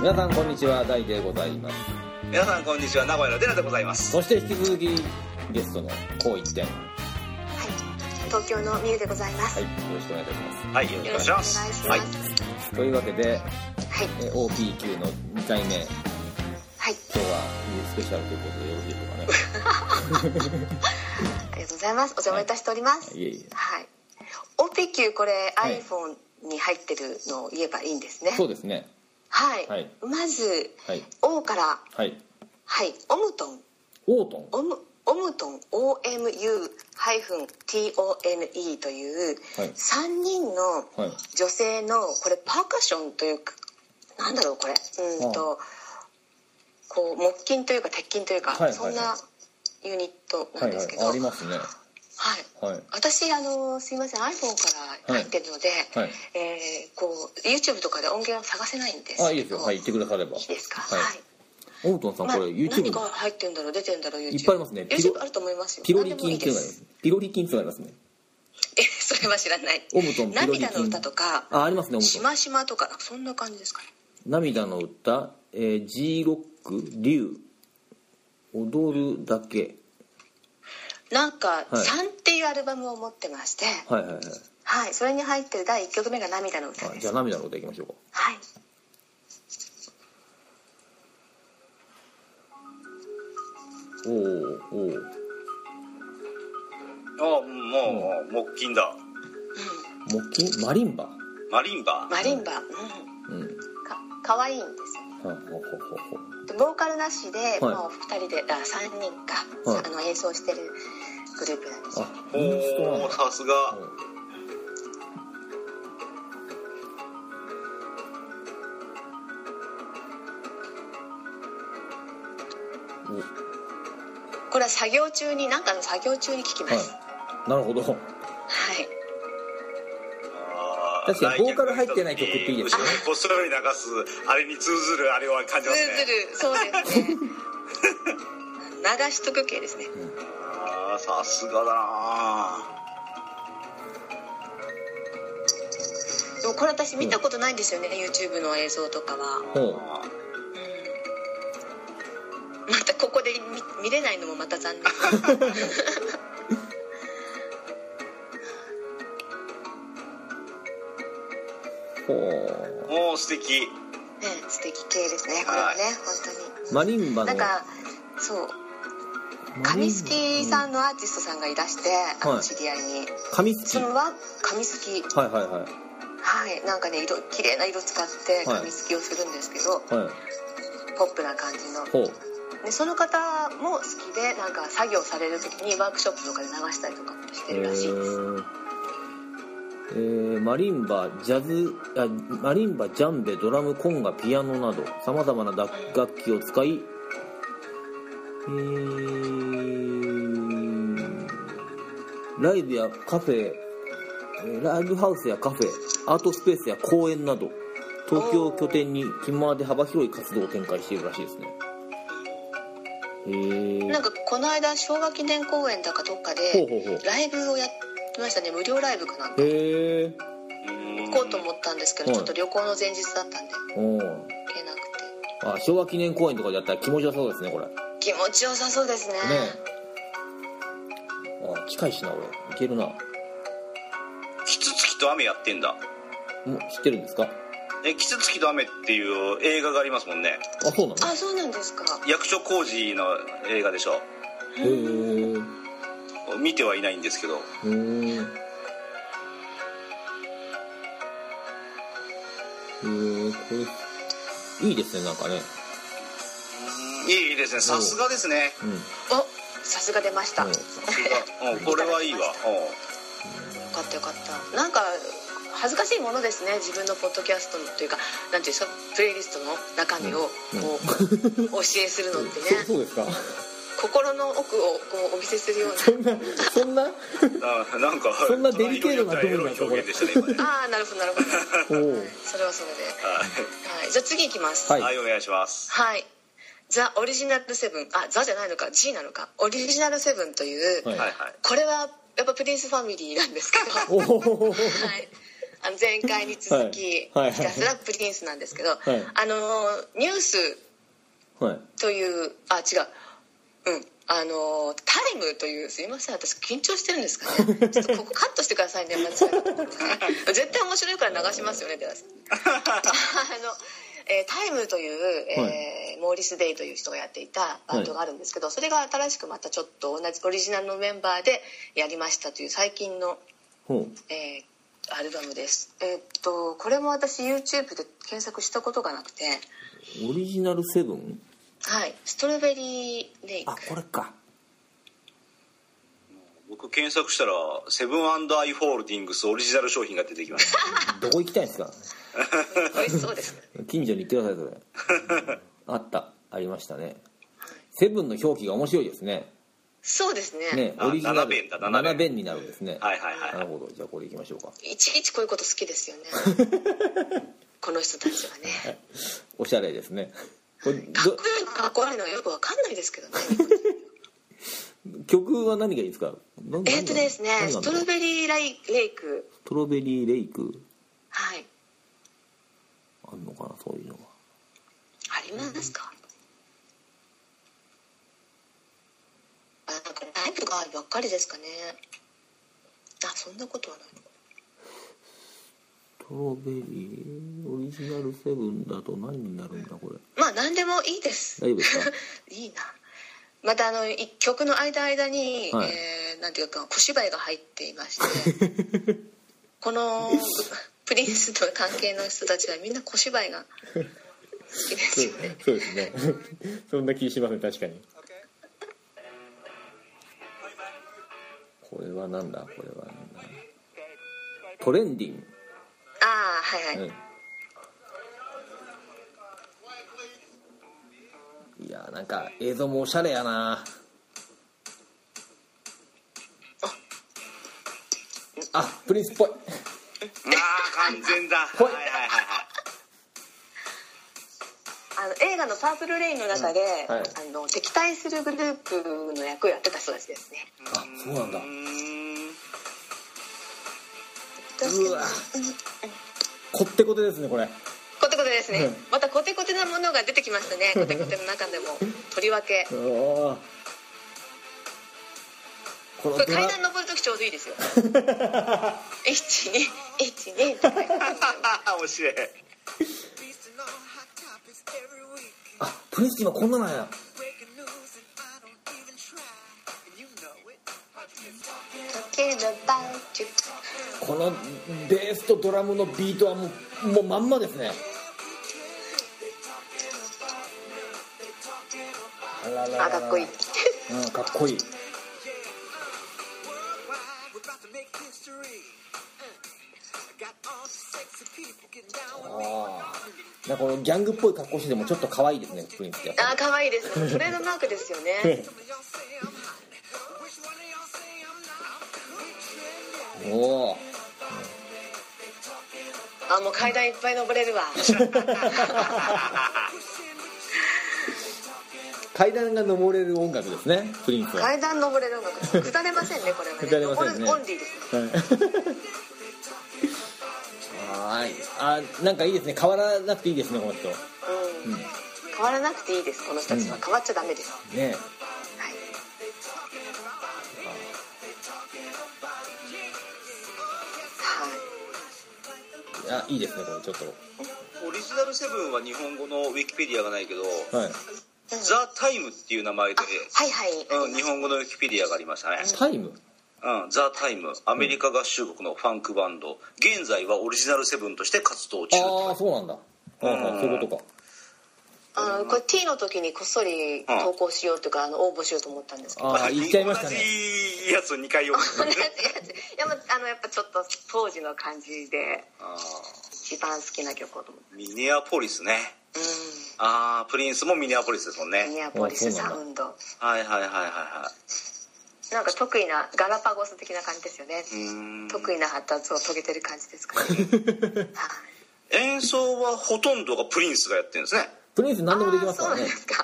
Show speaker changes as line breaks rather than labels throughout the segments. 皆さんこんにちは大でございます
皆さんこんにちは名古屋のデラでございます
そして引き続きゲストのこう一点は
東京のみゆでございます。
いよろしくお願いいたしま
はいよろしくお願いします
は
はいい、
すというわけで
はい、
え OPQ の2回目今
はい、
日はスペシャルということでよろしいでしょうかね
ありがとうございます。お邪魔いたしております。
いえい
はい。オペキューこれ、
はい
iPhone に入ってるのを言えばいいんですね
え。そうですね
はい、
はい
まず
はい
O から
はい
はいオムトン
オートン
オムオムトン OMU ハイフン TONE という
はい
3人の
はい
女性のこれパーカッションというかなんだろうこれうんとこう木琴というか鉄琴というか、
はいはいはい
そんなユニットな
は
ん
い
ですけど、
はいありますね
はい
はい
私あのすいません iPhone から入ってるので、
はいはい
えーこう YouTube とかで音源を探せないんですけど
あいいですよはい言ってくだされば
いいですか
は
はいい、
オートンさん
まあ
これ YouTube
何が入ってんだろう出てんだろう YouTube
いっぱいありますねピロ
YouTube あると思いますよ
ピロリ菌
何
って
で
い
も
う
い
の
い
がありますすピロ
で
リ菌っていうのがありますね
えそれは知らない
オムトンピロリ菌
涙の歌とか
あありますねオムト
し
ン
ましまとかそんな感じですかね
涙の歌、えー、G ロック竜踊るだけ
なんか「
はい
3」っていうアルバムを持ってまして
はいはいはい
はいそれに入ってる第1曲目が「涙の歌」
あ
で
じ
す
ゃあ涙の歌いきましょうか
はい
おーおー
あもう、もう木琴だ
木琴マリンバ
マリンバ
マリンバ、うん、
うんは
かかわいいんですよ
あほほほほ
でボーカルなしで、
い
もう2人であ3人か、
はい
あの演奏してるグループなんですよ
あインストなん
おお
だ
さすが
おは
これは作業中に何かの作業中に聴きます、
いなるほど
はい
あ
確かにボーカル入ってない曲っていいですよね
来客の時にこっそり流すあれに通ずるあれは感じ
ズ
ま
ー
すね
ズルそうです ね流しとく系ですね
あーさすがだな
でもこれ私見たことないんですよね、YouTube の映像とかは、
ほう
あー
うん、またここで見見れないのもまた残念
ほう
もう素敵
ね素敵系ですねこれはね
は
本
マリンバ
当にな
の
んかそう
マリ
紙
ン
すきさんのアーティストさんがいらして、あ
は
の
い
知り合いに
紙すき
そ
は
のは紙すき
いはいは
はいなんかね色綺麗な色使って
はい
紙すきをするんですけど、
いは
ポップな感じの
いほう
でその方も好きでなんか作業される時にワークショップとかで流したりとかしてるらしいです、
えーえーマリンバジャズあマリンバジャンベドラムコンガピアノなどさまざまな楽楽器を使い、えーライブやカフェえーライブハウスやカフェアートスペースや公園など東京を拠点に勤務で幅広い活動を展開しているらしいですねえー
なんかこの間昭和記念公園だかどっか
ほう
で
ほうほう
ライブをやってましたね無料ライブかなんか
へえ
行こうと思ったんですけど、
はい
ちょっと旅行の前日だったんで
おー
行けなくて
あ昭和記念公園とかでやったら気持ちよさそうですねこれね
気持ちよさそうですね
えあ近いしな俺いけるなも
キツツキと雨やってんだ
う知ってるんですか
えキツツキと雨っていう映画がありますもんね
あそうなの
あそうなんですか
役所広司の映画でしょ
へえ
見てはいないんですけど
へえへーこれいいですねなんかね
いいですねさすがですね
うん
おさすが出ました、
うん
よ
さすがうんこれはいいわ
かったよかったなんか恥ずかしいものですね自分のポッドキャストのというかなんていうんですかプレイリストの中身をこう、お教えするのってね
そうですか
心の奥をこうお見せするよう
そんなそ んな
うんななんか
そんなデリケートな部分なん
エ
です
ロ
かこれ
い表現でしたね今ね
なああなるほどなるほど
おお
それはそれで、
は
はい、じゃあ次いきます
はい
いはいお願いします
はいザ・オリジナルセブンあザじゃないのか G なのかオリジナルセブンという、
はい
はいはい
これはやっぱプリンスファミリーなんですけど、は
おお
い、あの前回に続き、
はいはいはい
ひたすらプリンスなんですけど、
い
あのーニュース
はい
というあ違ううんあのータイムというすいません私緊張してるんですかね ちょっとここカットしてくださいね松井さん絶対面白いから流しますよね寺さんあの、えータイムという、えー
は
モーリス・デイという人がやっていたバンドがあるんですけど、それが新しくまたちょっと同じオリジナルのメンバーでやりましたという最近の
ほ
えーアルバムです。えーっとこれも私 YouTube で検索したことがなくて、
うオリジナルセブン
はい、ストロベリーレイク
あ。これか
僕検索したら「セブンアイ・ホールディングス」オリジナル商品が出てきました
どこ行きたいんですか
美味しそうですね。
近所に行ってくださいそれ あったありましたねセブンの表記が面白いですね
そうですね。
ね
あ
オリジナル
七弁だ七弁
七弁になるんですね
はいはいはい
なるほどじゃあこれ行きましょうか
いちいちこういうこと好きですよ ね。この人たちはね、
おしゃれですねこれど
かっこいいのかっこ悪いのかよくわかんないですけどね。
曲は何がいいですかなん
えーっとですね、
何な
ス
んだ
ト
ろう
ロベリーライレイク、
ストロベリーレイク
はい、
あんのかなそういうのが
ありますか。あ、なんかライブがあるばっかりですかね。あ、そんなことはない。
ストロベリーオリジナルセブンだと何になるんだこれ
まあ何でもいいです。
大丈夫ですか
いいな。またあの一曲の間間に、
はい
えーなんていうか小芝居が入っていまして このプリンスと関係の人たちはみんな小芝居が好きですよね。
そうですねそんな気しますね確かにこれはなんだこれはなんだトレンディン
ああはいはい、
うんいやーなんか映像もおしゃれやなあプリンスっぽい
ああ完全だはい
ほい
はいはいはい
あの映画の「パープルレイン」の中で、
うんはい
あの敵対するグループの役をやってた人たちですね。
あそうなんだ
うーん
うわこってこてですねこれ
コテコテですね、
うん
またコテコテなものが出てきましたねコテコテの中 でもとりわけ
うわーこ
こ
の
れ
ド
階
ラ
段登る時ちょうどいいですよ1212とか
面白い
あプリンス今こんななんやこのベースとドラムのビートはもうもうまんまですねあらららら
あかっこいい
うん、かっこいいああなんかこのギャングっぽい格好しててもちょっと可愛いですねプリンスってやっぱ
あー可愛いですねトレードマークですよね
りおお
あもう階段いっぱい登れるわ
階段が登れる音楽ですねプリンスは、
階段登れる音楽です下れませんねこれはね
下れませんね
登るオンリーですね
はい はーいあなんかいいですね変わらなくていいですねこの人ね
うん、変わらなくていいですこの人たちは変わっちゃダメです、
え
はいはい
あいいですねこれちょっと
オリジナルセブンは日本語のウィキペディアがないけど
はい
「ザ・タイム」っていう名前で
あ、はいはい、
うん、日本語のウィキペディアがありましたね
タイム
うん、ザ・タイムアメリカ合衆国のファンクバンド現在はオリジナルセブンとして活動中
ああそうなんだはいはいそういうことか
あのこれ T の時にこっそり投稿しようというか、あの応募しようと思ったんですけど。
ああ言っちゃいましたね
同じやつを2回読
同
む
じやついやまあのやっぱちょっと当時の感じで
あ
一番好きな曲をと思って
ーミネアポリスねああプリンスもミネアポリスですもんね
うんミネアポリス
あそうなんだ
サウンド
はいはいはいはいは
なんか得意なガラパゴス的な感じですよね
いうーん
得意な発達を遂げてる感じですかねはい
演奏はほとんどがプリンスがやってるんですね
プリンス何でもできますから
あーそうな
ね
んですか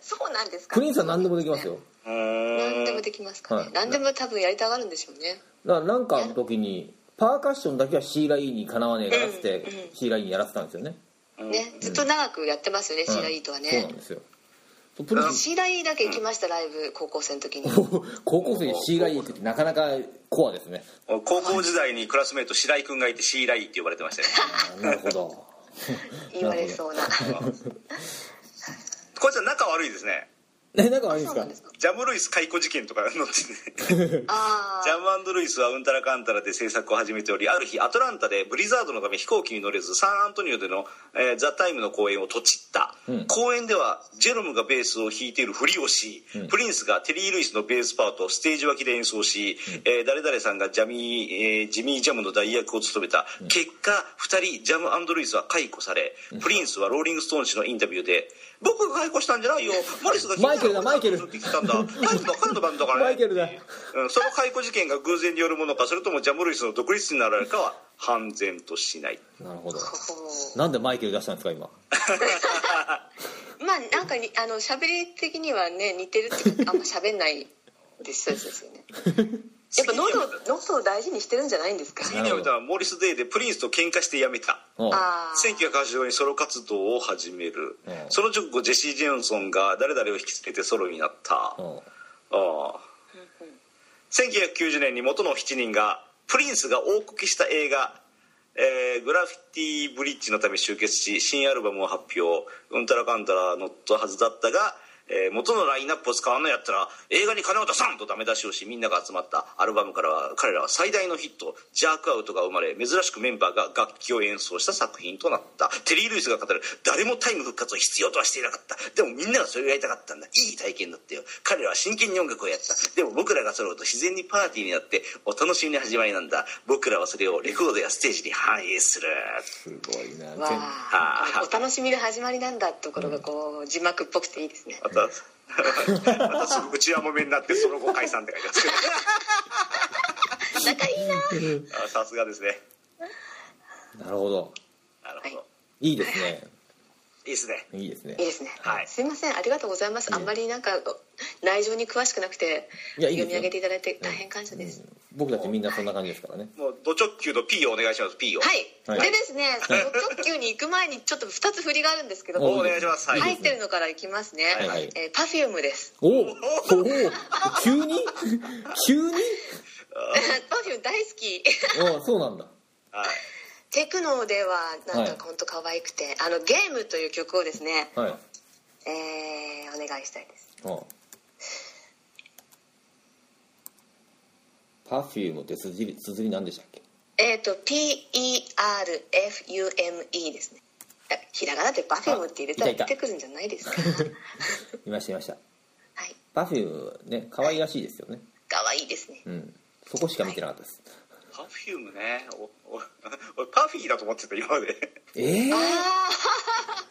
そうなんですか
プリンスは何でもできますよ
うーん
何でもできますかね、
はい
何でも多分やりたがるんでしょうね
だからなんかの時にパーカッションだけはシーライーにかなわねえからっつって、
うんうん
シーライーにやらせたんですよね
うん
ねずっと長くやってますよね、シーライーとは
そうなん
ね
ですよプリンス
シーライーだけ行きましたライブ高校生の時に
高校生でシーライーってなかなかコアですね
高校時代にクラスメート白井君がいてシーライって呼ばれてましたよね
あなるほど
言われそうな
こいつは仲悪いですね
え なんか悪いんで
そ
す
うな
か
んですか
ジャム・ルイス解雇事件とか載ってて
あ
ジャムルイスはうんたらかんたらで制作を始めておりある日アトランタでブリザードのため飛行機に乗れずサンアントニオでの、えーザ・タイムの公演をとちった、
うん
公演ではジェロムがベースを弾いているふりをし、
うん
プリンスがテリー・ルイスのベースパートをステージ脇で演奏し、えー誰々さんがジャミー、えージミー・ジャムの代役を務めた、結果2人ジャムルイスは解雇され、プリンスはローリング・ストーン氏のインタビューで「僕が解雇したんじゃないよマリスが弾いたら
マイケルだマイケル
って きたんだマイケルの彼のバンドだからね」
マイケルだ
うんその解雇事件が偶然によるものかそれともジャム・ルイスの独立になられるかは判然としない
なるほど
ほほ
なんでマイケル出したんですか今
まあなんかにあの喋り的にはね似てるっていうかあんま喋んないですですよねやっぱ喉喉を大事にしてるんじゃないんですか
次に読めたのはモーリス・デイでプリンスと喧嘩して辞めた
おう
ああ
1985年にソロ活動を始める
うん
その直後ジェシー・ジェンソンが誰々を引き連れてソロになった
おう
ああ1990年に元の7人がプリンスが大こけした映画「えーグラフィティ・ブリッジ」のため集結し新アルバムを発表うんたらかんたら乗ったはずだったが、えー元のラインナップを使わないやったら映画に金を出さんとダメ出しをしみんなが集まったアルバムからは彼らは最大のヒット「ジャークアウト」が生まれ珍しくメンバーが楽器を演奏した作品となったテリー・ルイスが語る誰もタイム復活を必要とはしていなかったでもみんながそれをやりたかったんだいい体験だったよ彼らは真剣に音楽をやったでも僕らが揃うと自然にパーティーになってお楽しみの始まりなんだ僕らはそれをレコードやステージに反映する
すごいな
わ
全
あお楽しみで始まりなんだってところがこう字幕っぽくていいですね
また またすぐちやもめになってその後解散って書いてます
仲いいな
けどあさすがですね
なるほど
なるほど、
はい
いいですね
い、いですね
いいですね
いいですね、
はい
すいませんありがとうございますあんまりなんか内情に詳しくなくて
いやいいですよ
読み上げていただいて大変感謝です、
僕たちみんなそんな感じですからね
もうド直球の P をお願いします P を
はい、
はい
でですね、特急に行く前にちょっと2つ振りがあるんですけど
お願いしますはい
入ってるのからいきますね、
はい
はい
えー、パフュームです
おおおう急に 急に
パフューム大好き
ああそうなんだ
はい
テクノではな
はい
んか本当可愛くて、あのゲームという曲をですね、
はい
えー、お願いしたいです
ああパフュームって綴り綴りなんでしたっけ
えっ、ー、と PERFUME ですねえひらがなでパフュームって入れた
あ
ら
いた
出
いた
てくるんじゃないですかはい
ましたいましたパフュームね可愛らしいですよね
可愛いですね
うんそこしか見てなかったです、
パフュームねお お俺パフィーだと思ってた今まで
ええ
あ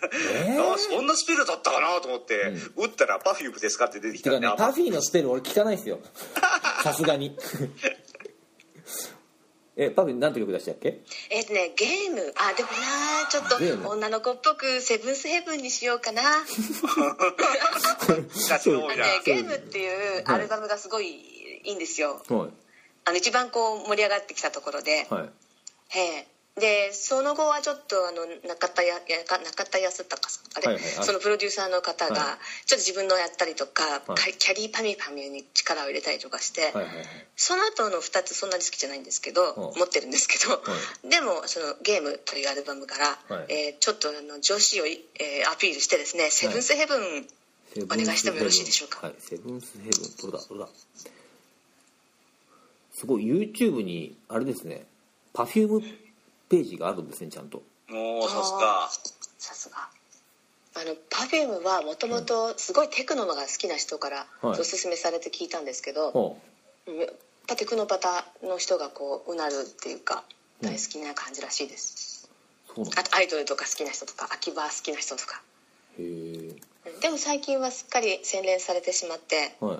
ええ
あそんなスペルだったかなと思って、打ったら「パフュームですか?」って出てき
て
た
か
んで
ね
あ
パフィーのスペル俺聞かないですよさすがに えパフィー何て曲出したっけ
ーえっ、とねゲームあでもなちょ
ゲー
っ
ム
と女の子っぽくセブンスヘブンにしようかな
昔の多
あ
いな
のね、ゲームっていうアルバムがすごいいいんですよ、
は
あの一番こう盛り上がってきたところで
い、はい
ええでその後はちょっとあの中田ややか中田康隆さんあれ、
はいはいはい
そのプロデューサーの方が、
は
ちょっと自分のやったりとか、
はい
キャリーパミュパミュに力を入れたりとかし
はい
て、
はいはい
その後の2つそんなに好きじゃないんですけど、
うん
持ってるんですけど、
う
でもそのゲームというアルバムから、
はい
えーちょっとあの女子をい、えーアピールしてですね「セブンスヘブン」
お
願いしてもよろしいでしょうか
はいセブンスヘブンどうだどうだすごい YouTube にあれですねパフュームページがあるんですねちゃんと
もうさすが
さすがあの Perfume はもともとすごいテクノが好きな人から
うん
お
はい
勧めされて聞いたんですけど、
ほ
やっぱテクノパタの人がこううなるっていうか
うん
大好きな感じらしいです、
うそうなんだ
あとアイドルとか好きな人とか秋葉好きな人とか
へえ
うんでも最近はすっかり洗練されてしまって、
はい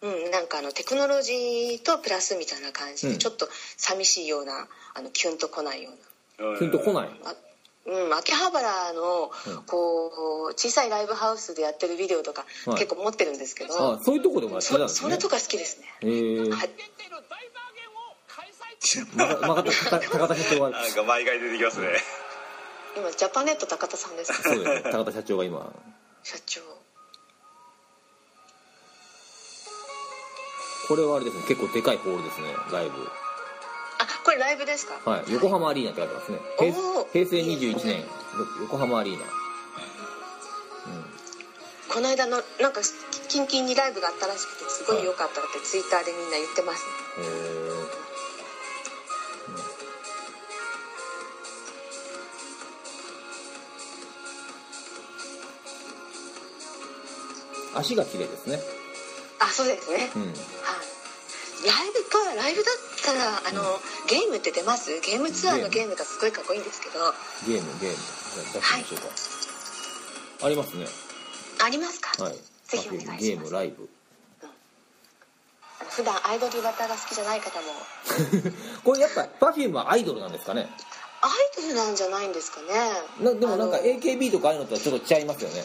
うん、なんかあのテクノロジーとプラスみたいな感じで、
うん
ちょっと寂しいようなあのキュンとこないような
ピンとこ
い
ない
あうん、秋葉原の
うん
こう小さいライブハウスでやってるビデオとか
はい
結構持ってるんですけど、
あそういうとこでもやってたん
そ
です
そ
ね
れとか好きですね
へえ
はい
限定の大バーゲンを開催
まがまがた高高田社長が
なんか毎回出てき ますね
今ジャパネット高田さんです
そうですね高田社長が今
社長
これはあれですね結構でかいホールですねライブ
あこれライブですか
はい横浜アリーナって書いてますね平
おー
平成21年よ横浜アリーナ
この間のなんかキンキンにライブがあったらしくてすごい良かったってツイッターでみんな言ってます
へ
ね
え足が綺麗ですね。
あそうですね
うん。
はいライブかライブだったらあの、ゲームって出ますゲームツアーのゲームがすごいかっこいいんですけど
ゲーム、ゲーム。じゃあ出してみましょうか。ありますね。
ありますか、
はい。
ぜひお願いします
ゲーム、ライブ。
あの普段アイドルバターが好きじゃない方も
これやっぱ、パフュームはアイドルなんですかね。
アイドルなんじゃないんですかね
なでもなんか
あの
AKB とかああいうのとはちょっと違いますよね。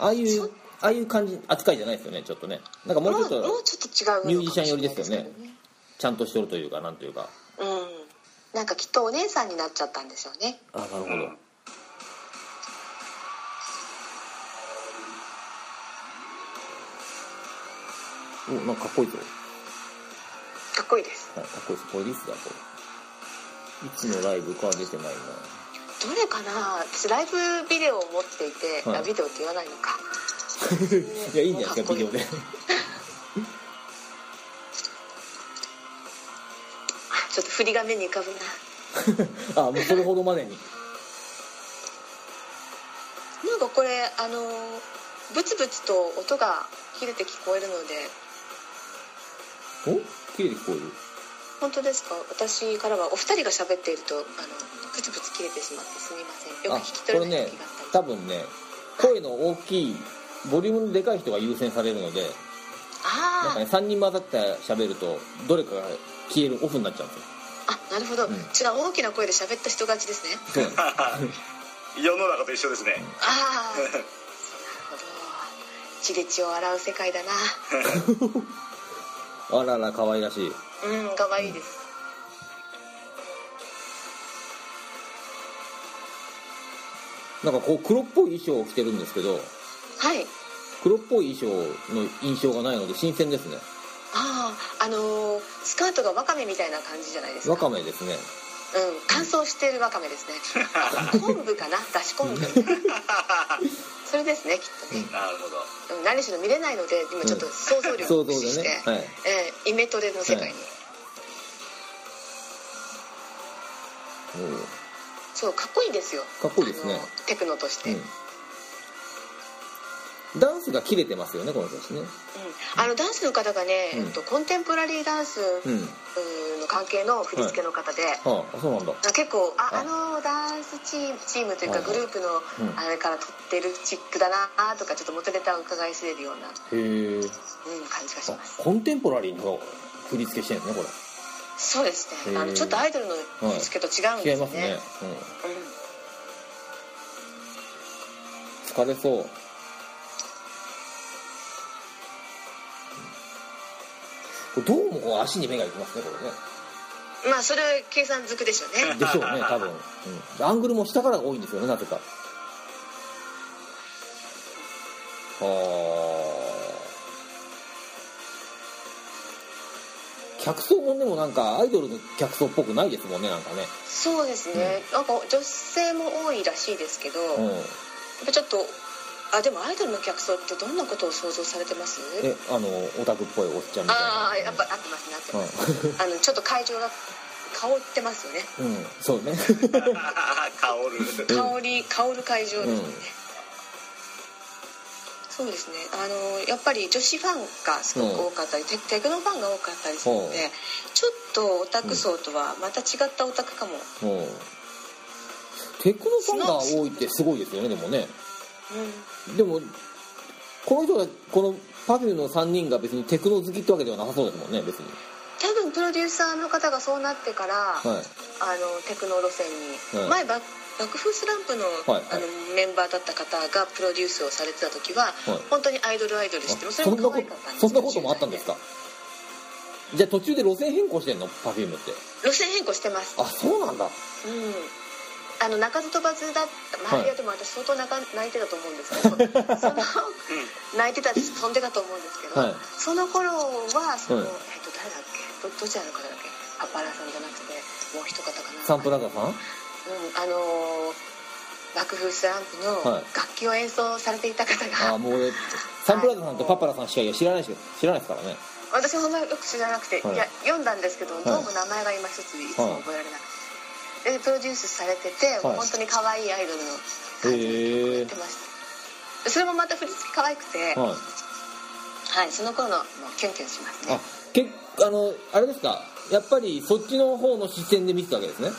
ああいう
そ、
ああいう感じ、扱いじゃないですよね、ちょっとね。なんかも
も
うちょっ
うも
と
う、ちょっと違う
ミ
のかもしれない
ュージシャン寄りですよね
けど
ちゃんとしとるというか、なんというか。
うんなんかきっとお姉さんになっちゃったんでしょうね
あ、なるほど。お、なんかかっこいいぞ。
かっこいいです
はい、かっこいいです。これリスだ、これ。いつのライブかは出てないな。
どれかな私ライブビデオを持っていて、
はい
あビデオって言わないのか
いや、いいんじゃないですか、ビデオで。
あちょっと振りが目に浮かぶな
あ、もうそれほどまでに。
なんかこれあのブツブツと音が切れて聞こえるので
お綺麗に聞こえる。
本当ですか私からはお二人が喋っているとあのブツブツ切れてしまってすみませんよ
あ
く聞き、
こ
取
れ
れない
ね
時があった
多分ね声の大きいボリュームのでかい人が優先されるのでなんか
り、
ね3人混ざって喋るとどれかが消えるオフになっちゃうんですよ
あーあなるほど、
うん
じゃあ大きな声で喋った人勝ちです ね
そうなんです
世の中と一緒ですね
ああなるほど血で血を洗う世界だな
あらら可愛らしい
うん可愛いです
なんかこう黒っぽい衣装を着てるんですけど
はい
黒っぽい衣装の印象がないので新鮮ですね
あああのースカートがワカメみたいな感じじゃないですか
わかめですね
うん乾燥しているワカメですね 昆布かなだし昆布 それですねきっとね
なるほど
うん何しろ見れないので今ちょっと想像力
想
を
像で
駆使して、
ねはい
えーイメトレの世界に、
はいおう
そうかっこいいですよ
かっこいいですね
あのテクノとして、うん
うんダンスが切れてますよねこの人たちね
あのダンスの方がね、
うん
えっと、コンテンポラリーダンス
うん
うんの関係の振り付けの方で、
はああそうなんだ
あ結構あ
あ
あのダンスチームチームという
は
か
い
グループの
うん
あれから撮ってるチックだなとかちょっと元ネタを伺い知れるような、
へえ
うん、感じがします
コンテンポラリーの振り付けしてるんですねこれ
そうですねあ
へ
の
ー
ちょっとアイドルの振り付けと違うん
違
で
い
すね,、
ますね、うん、
う
疲
ん、
れそうこれどうもこう足に目がいきますねこ
まあそれ計算づくでしょう
れ
ね
ねでしょう ね多分、うん、アングルも下からが多いんですよねなぜかはあ客層もでもなんかアイドルの客層っぽくないですもんねなんかね
そうですね、なんか女性も多いらしいですけど、
う
やっ
ん
ぱちょっとあでもアイドルの客層ってどんなことを想像されてます
えあのオタクっぽいおっちゃんみたいな
ああやっぱ合ってますね合って
う
ま
ん
す、あのちょっと会場が香ってますよね
うん、そうね
香る
香り香る会場ですね、
うん
そうですねあのやっぱり女子ファンがすごく多かったり、テテクノファンが多かったりするので、
うん
ちょっとオタク層とはまた違ったオタクかも、
もうテクノファンが多いってすごいですよねでもね
うん
でもこの人がこの Perfume の3人が別にテクノ好きってわけではなさそうですもんね別に
多分プロデューサーの方がそうなってから、
はい
あのテクノ路線に、
はい
前バ爆風スランプの,、
はいはい
あのメンバーだった方がプロデュースをされてた時は、
はい
本当にアイドルアイドルしても
あ
それ
ん
も
な
可
こ
愛かったんです
そんなこともあったんですかじゃあ途中で路線変更してんの Perfume って
路線変更してます
あそうなんだ
うんあの鳴かず飛ばずだった周りはでも私相当泣か泣いてたと思うんです けど、その泣いてたし飛んでたと思うんですけど、
はい
その頃はその、
はい
えっと誰だっけどどちらの方だっけアパラさんじゃなくてもう一方かな
散歩中さん
うん、あのー、爆風スランプの
はい
楽器を演奏されていた方が、
ああもう俺サンプラザさんとパパラさんしかいや知らないし知らないですからね
私もあんまりよく知らなくて、
はい
い、や読んだんですけど、
い
どうも名前が今一ついつも覚えられなくて、でプロデュースされてて、
はい
本当に可愛いアイドルの感じの曲をやってました、それもまた振り付け可愛くて、はい
はい
その頃のもうキュンキュンしますね
あけあのあれですかやっぱりそっちの方の視線で見てたわけですね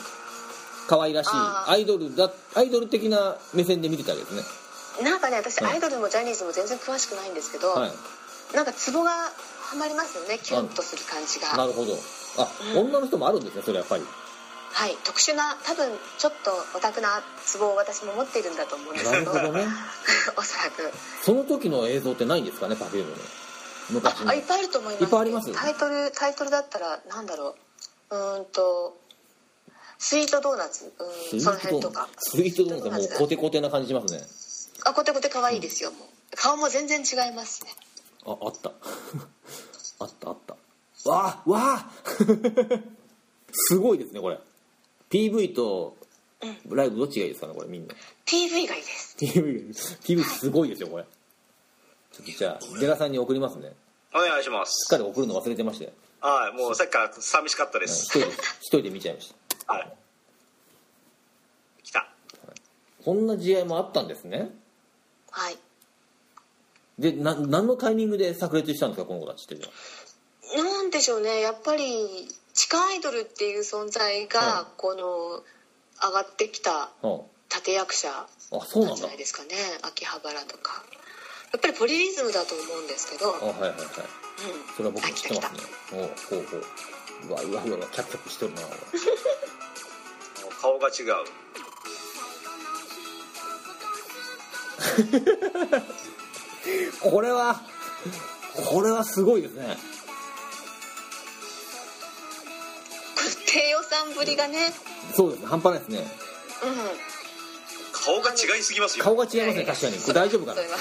可愛らしい
あー
アイドルだアイドル的な目線で見てたわけですね
なんかね私
はい
アイドルもジャニーズも全然詳しくないんですけど、
はい
なんかツボがはまりますよねキュンとする感じが
なるほどあ、
うん
女の人もあるんですねそれやっぱり
はい、特殊な多分ちょっとオタクなツボを私も持っているんだと思うんです
な
け
る
ど
ほどね
おそらく
その時の映像ってないんですかね Perfume の昔の
あいっぱいあると思います
いっぱいあります
タイトルタイトルだったらなんだろううーんとスイートドーナツう
ス
ー
イ
ん
ー
その
トド
辺と
ーナ
か
ツスイートドーナツはもう
スイートド
コテコテな感じしますね
あコテコテ可愛いですよ、もう顔も全然違いますね
ああった あったあったわあわあ すごいですねこれ PV とライブどっちがいいですかねこれみんな
PV がいいです
PV が PV すごいですよこれちょっとじゃあデラさんに送りますね
お願いしますす
っかり送るの忘れてまして
はいもうさっきから寂しかったで
一
す
人で一人で見ちゃいました
はい来た
こんな試合もあったんですね
はい
でな何のタイミングで炸裂したんですかこの子たちってじゃ
なんでしょうねやっぱり地下アイドルっていう存在が、
は
この上がってきた
あ、は
立役者
あ、あそう
な
なんん
じ
だ
ゃないですかね秋葉原とかやっぱりポリリズムだと思うんですけど、うん
あ、はいはいはいそれは僕も
あ
知
来
ったてます
来た
ねおうほうほううわうわうわうわキャプキャプしてるな
もう顔が違う
これはこれはすごいですね
この低予算ぶりがね、
そうですね半端ないですね
う
顔
ん、
が違いすぎますよ
顔が違いますね確かにこれ大丈夫か
そ
な
れは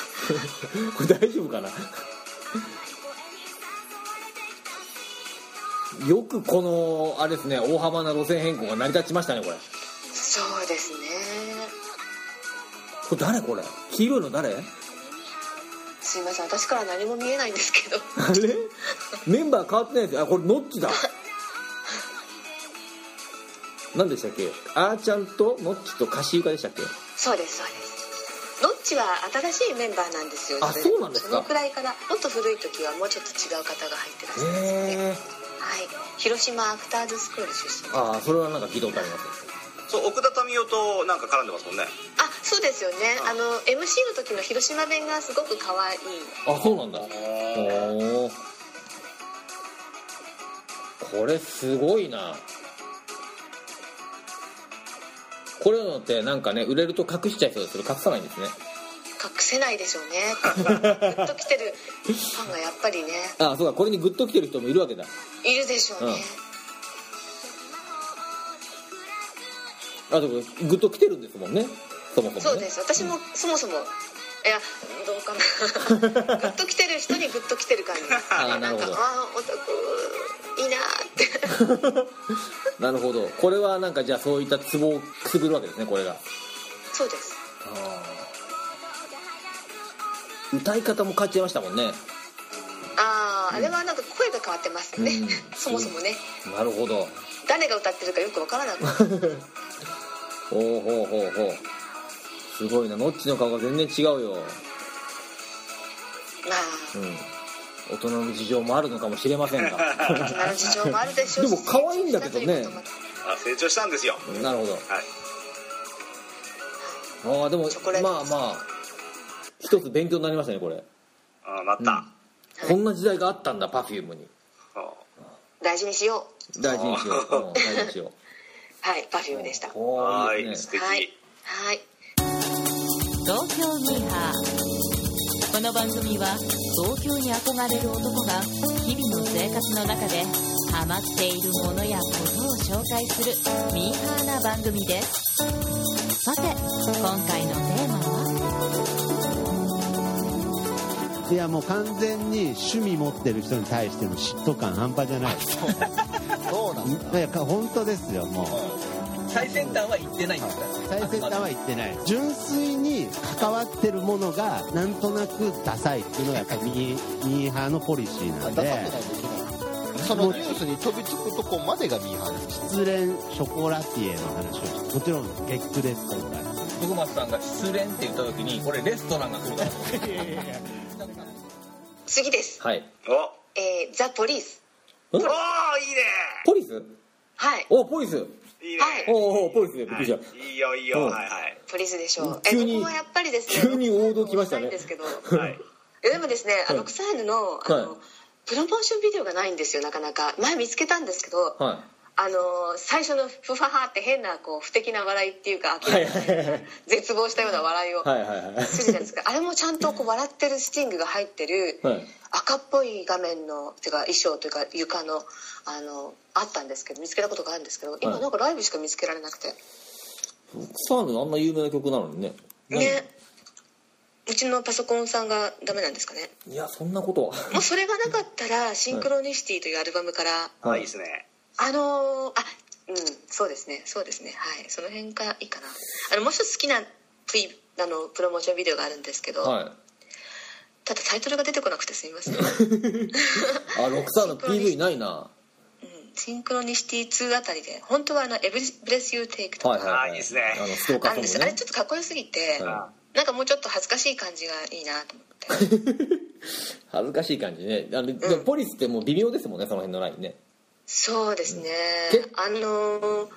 これ大丈夫かなよくこのあれですね大幅な路線変更が成り立ちましたねこれ
そうですね
これ誰これ黄色いの誰あれ
すいません私から何も見えないんですけど
メンバー変わってないですよあこれノッチだ何でしたっけあーちゃんとノッチとカシウカでしたっけ
そうですそうですどっちは新しいメンバーなんですよ
あそうなんですか
そのくらいからもっと古い時はもうちょっと違う方が入ってらっしゃる、
へえ
はい広島アクターズスクール出身
ああそれはなんか聞いたことあります
そう奥田民生となんか絡んでますもんね
あそうですよねあの MC の時の広島弁がすごく可愛い
あそうなんだおおこれすごいなこれのってなんかね売れると隠しちゃいそうですけど隠さないんですね
隠せないでしょう ねグッときてるファンがやっぱりね
あそうかこれにグッときてる人もいるわけだ
いるでしょうね、
うんあでもグッときてるんですもんねそもそもね
そうです私もそもそもいやどうかな グッときてる人にグッときてる感じです
あーな
な
る
ん
ほ
か
ど
ああオタクいいな ーって
なるほどこれはなんかじゃあそういったツボをくすぐるわけですねこれが
そうです
歌い方も変わっちゃいましたもんね
あああれはなんか声が変わってますね、
うん
そもそもね
なるほど
誰が歌ってるかよくわからなくなる
ほうほうほうほうすごいなノッチの顔が全然違うよ
ま
うん大人の事情もあるのかもしれません が
あ大人の事情もあるでしょう
でも可愛いんだけどね
あ成長したんですよ
なるほ
はい
どああでも
チョコレート
まあまあ一つ勉強になりましたねこれ、
あなっ
うん
た、
こんな時代があったんだ Perfume に
あ
大事にしよう
大事にしよう、うん、大事にしよ
はい Perfume でした
うお
は
ー
い
いいです
素
ね
敵、
はいはい
東京ミーハーこの番組は東京に憧れる男が日々の生活の中でハマっているものやことを紹介するミーハーな番組ですさて今回のテーマはい
やもう完全に趣味持ってる人に対しての嫉妬感半端じゃない
そうなん
いや本当ですよもう
最先端は行ってないんですか
最先端は言ってない純粋に関わってるものがなんとなくダサいっていうのがやっぱミーミーハーのポリシーな
出さ
ん
せ
で
ないといけないそのニュースに飛びつくとこまでがミーハーです
失恋ショコラティエの話をしてもちろん月句です今回
徳松さんが失恋って言った時に俺レストランが来るから
次です、
はい
おあ
えー、ザ・ポリス
ん
あいいね
ポリス
はい
おポリス
いいね
はい
おおポリスびっくりした
いいよいいよ
うん
はいはい
ポリスでしょう
急に
えここはやっぱりですね
急に王道来ましたね
僕も面白いんですけど
はい
えでもですねあ
は
の
い
草犬のあの、
はい
プロモーションビデオがないんですよなかなか前見つけたんですけど、
は
あのー最初の「フファハ」って変なこう不敵な笑いっていうか、
いはいはいはい
絶望したような笑いを
はいはいはい
するじゃないで すか、あれもちゃんとこう笑ってるスティングが入ってる
はい
赤っぽい画面のていうか衣装というか床のあのあったんですけど見つけたことがあるんですけど今
はい
なんかライブしか見つけられなくて、
サーのあんな有名な曲なのにね
ねうちのパソコンさんがダメなんですか ね
いやそんなことは
もうそれがなかったら「シンクロニシティ」というアルバムから
あいいですね
あのーあうんそうですねそうですねはいその辺がいいかなあのもう一つ好きなプイあのプロモーションビデオがあるんですけ ど、
はい
ただタイトルが出てこなくてすみません
あロクサーの PV ないな
うんシンクロニシティ2あたりで本当はあの「エブリブレス・ユー・テイク」と
はい
か
はい
あいいっすね
あのストーカ
あ
ー
るん
とも
ですよ、あれ
ね
ちょっとかっこよすぎて、
は
なんかもうちょっと恥ずかしい感じがいいなと思って
恥ずかしい感じねあのでもポリスってもう微妙ですもんねその辺のラインね
そうですね
で
あのー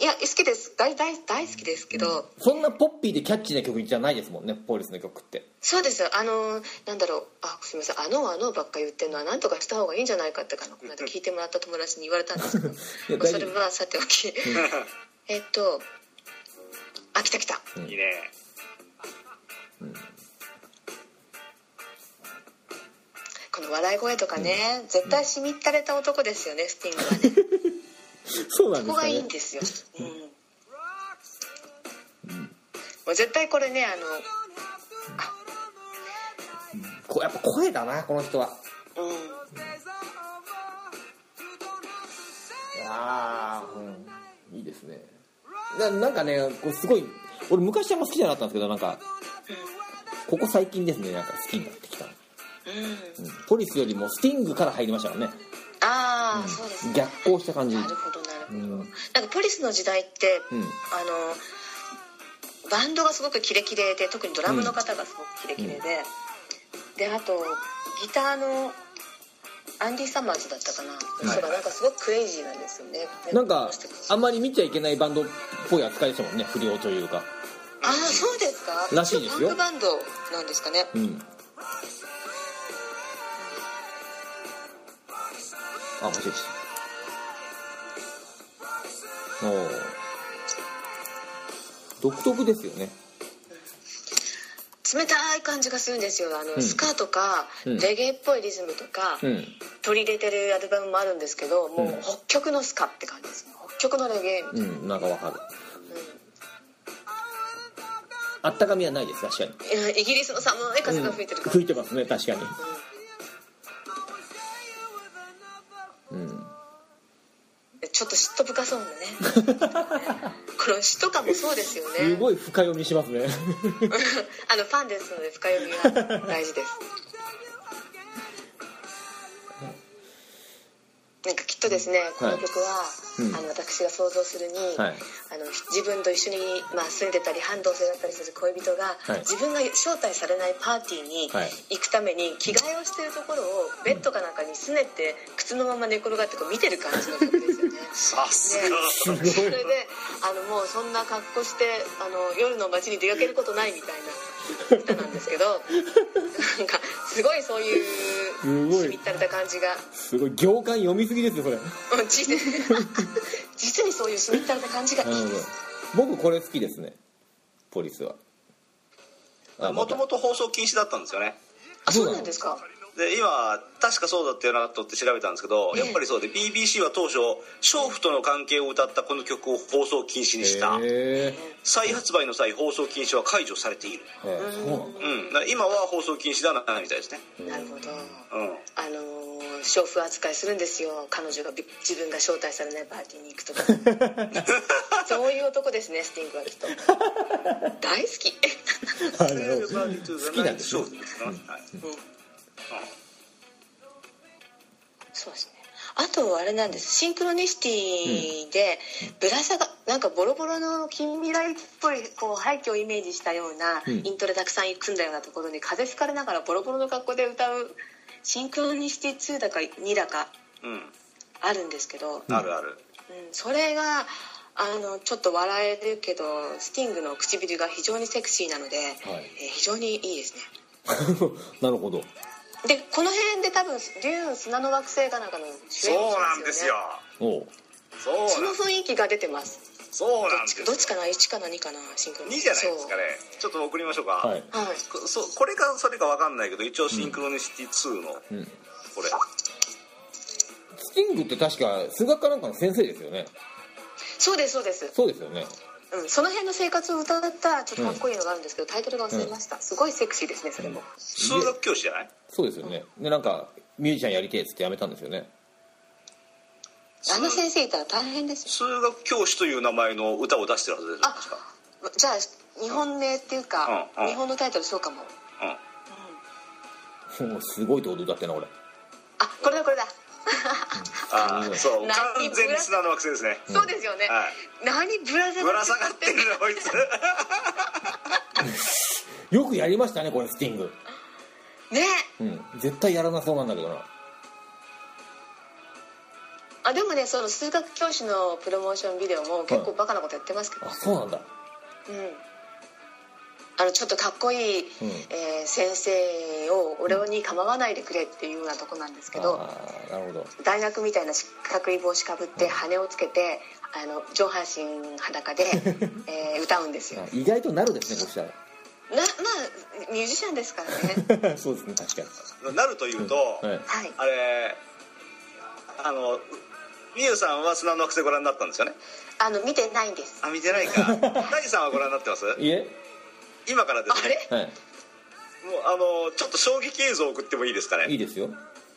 いや好きです大大大好きですけど、
そんなポッピーでキャッチーな曲じゃないですもんねポリスの曲って
そうですよあのーなんだろうあすみませんあのあのばっか言ってるのはなんとかした方がいいんじゃないかってかなこの間聞いてもらった友達に言われたんですけ
い
ど
や
ま あ
大
そ
丈
れ
夫
はさてお きえっとあ来た来た
うん
いいね
この笑い声とかね、絶対しみったれた男ですよねスティングはね
そうなんで
ここ
すか
がいい
ね
んですよ、うんもう絶対これねあ
こやっぱ声だなこの人は
のうん
ああ、うん、いいですねななんかねこうすごい俺昔はあんま好きじゃなかったんですけどなんかここ最近ですねなんか好きになってきた、うん、ポリスよりもスティングから入りましたからね
ああ、そうですね
逆行した感じ
なるほどなるほ
う
ど、
ん、うん、
なんかポリスの時代って、あのバンドがすごくキレキレで特にドラムの方がすごくキレキレで、であとギターのアンディ・サマーズだったかな、の人がなんかすごくクレイジーなんですよね
なんかあん
ま
まり見ちゃいけないバンドっぽい扱いでしたもんね不良というか
ああそうですから
しいですよ
パンクバンドなんですかね
うんあ面白いしおお独特ですよね
冷たい感じがするんですよあの、
ん
スカとか、
うん
レゲエっぽいリズムとか、
うん
取り入れてるアルバムもあるんですけどもう
うん
北極のスカって感じですね北極のレゲエみたいな
うんなんかわかるあったかみはないです確かに
いや イギリスの寒い風が吹いてるから、
吹いてますね確かにうん
ちょっと嫉妬深そうなね この嫉妬感もそうですよね
すごい深読みしますね
あのファンですので深読みは大事です なんかきっとですねこの曲は、
うん
あの私が想像するに、
はい
あの自分と一緒に、まあ、住んでたり半同棲だったりする恋人が、
はい
自分が招待されないパーティーに
はい
行くために着替えをしてるところをベッドかなんかにすねて靴のまま寝転がってこう見てる感じの曲ですよね。
さすが
それであのもうそんな格好してあの夜の街に出かけることないみたいな歌なんですけどなんかすごいそういう
すごい
しみったれた感じが
すごい行間読みすぎですよそれ
うん実 実にそういうしみったれた感じがいい
なるほ
で
ど
す。
僕これ好きですねポリスはあ
もともと放送禁止だったんですよね
あそうなんですか
で今確かそうだったよなと思って調べたんですけど、
ええ
やっぱりそうで BBC は当初娼婦との関係を歌ったこの曲を放送禁止にした、
へ
再発売の際放送禁止は解除されている、
えそうなんだ
うん、だから今は放送禁止ではないみたいですね、
なるほど
うん、
あのー娼婦扱いするんですよ彼女がび自分が招待されないパーティーに行く とかそういう男ですねスティングはきっ と大好き
あなるほど
好
きなんです
そ
ね
うですね、はい
そうですねあとあれなんですシンクロニシティでぶら下がなんかボロボロの近未来っぽいこう廃墟をイメージしたような、
うん
イントロたくさん組んだようなところに風吹かれながらボロボロの格好で歌うシンクロニシティ2だか2だか
うん、
あるんですけど、
あるある
うんそれがあのちょっと笑えるけどスティングの唇が非常にセクシーなので、
はい
えー非常にいいですね
なるほど
でこの辺で多分「竜の砂の惑星」かなんかの主
そう
演者
なんですよ
おう
そうな
その
ん
雰囲気が出てます
そうなんです
どっちかな1かな2かなシンクロ
2じゃないですかねちょっと送りましょうか、
はい
そうはい
こそうこれかそれか分かんないけど一応シンクロニシティ2の
うん
これ、
スティングって確か数学かなんかの先生ですよね
そうですそうです、
そうですよね
うん、その辺の生活を歌ったちょっとかっこいいのがあるんですけど、タイトルが忘れました、すごいセクシーですねそれも、
数学教師じゃない
そうですよねでなんかミュージシャンやりてえっつってやめたんですよね
あの先生いたら大変ですよ
数学教師という名前の歌を出してるはずですよ
あ
確か
じゃあ日本名っていうか、
うんうん
日本のタイトルそうかも
うん
もうすごい堂々だってな俺
あこれだこれだ、
あーそう
な
完全に砂の惑星ですね
そうですよね、
はい
何ぶら下
ぶ
が
ら
って
下がってるなこいつ
よくやりましたねこれスティング
ね
うん絶対やらなそうなんだけどな
あでもねその数学教師のプロモーションビデオも結構バカなことやってますけど、
あそうなんだ
うんあのちょっとかっこいい、
うん
えー先生を俺に構わないでくれっていうようなとこなんですけど、
ああなるほど
大学みたいな四角い帽子かぶって羽をつけてあの上半身裸で、えー歌うんですよ
あ意外となるですねこうしたら
なまあミュージシャンですから ね
そうですね確か
なるというと、
に、はい、
はい
あれあのみゆさんは砂の惑星ご覧になったんですよね
あの見てないんです
あ見てないか 大地さんはご覧になってます
いえ、
今からです
あ
ね
れ
はい、
もうあのちょっと衝撃映像を送ってもいいですか
いい
ね
ですよ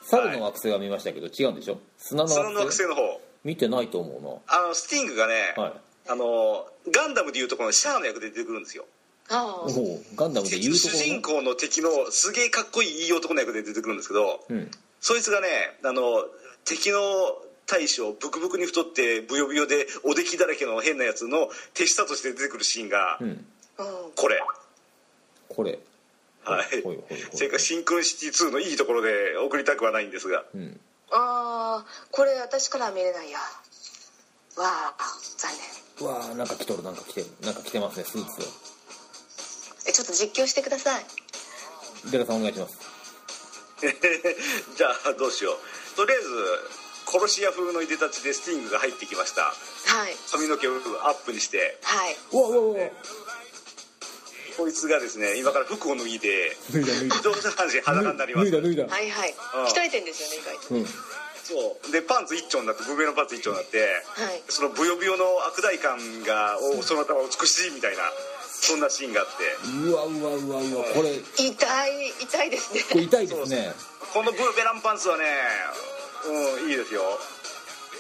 猿の惑星は見ましたけど違うんでしょ砂の惑
砂
星
の惑星の方
見てないと思
あのスティングがね、
うなはい
あのガンダムでいうとこのシャアの役で出てくるんですよ
あ
お
あ
おガンダムで言うと
主
こ
人公の敵のすげえかっこいいいい男の役で出てくるんですけど
ろのうん
そいつがねあの敵の大将ブクブクに太ってブヨブヨでおできだらけの変なやつの手下として出てくるシーンが
うん
うん
これ、
これ
はい
ほいほいほい
それからシンクロニシティ2のいいところで送りたくはないんですが
うん
ああこれ私からは見れないやわあ残念
うわーなんか来とるなんか来てるなんか来てますねスーツを
えちょっと実況してください
デラさんお願いします
じゃあどうしようとりあえず殺し屋風のいでたちでスティングが入ってきました
はい
髪の毛をアップにして
はいう
わうわうわ
こいつがですね今から服を脱いで
脱いだ脱いだ
上半身裸になりま
脱
す
いだ脱いだ
はいはい
うん
鍛えてんですよね意外と
うん
そうでパンツ一丁になってブベのパンツ一丁になって
はい
そのブヨブヨの悪大感がおそのたま美しいみたいなそんなシーンがあって
うわうわうわうわこれ
痛い痛いですね
これ痛いですね
このブベランパンツはねうんいいですよい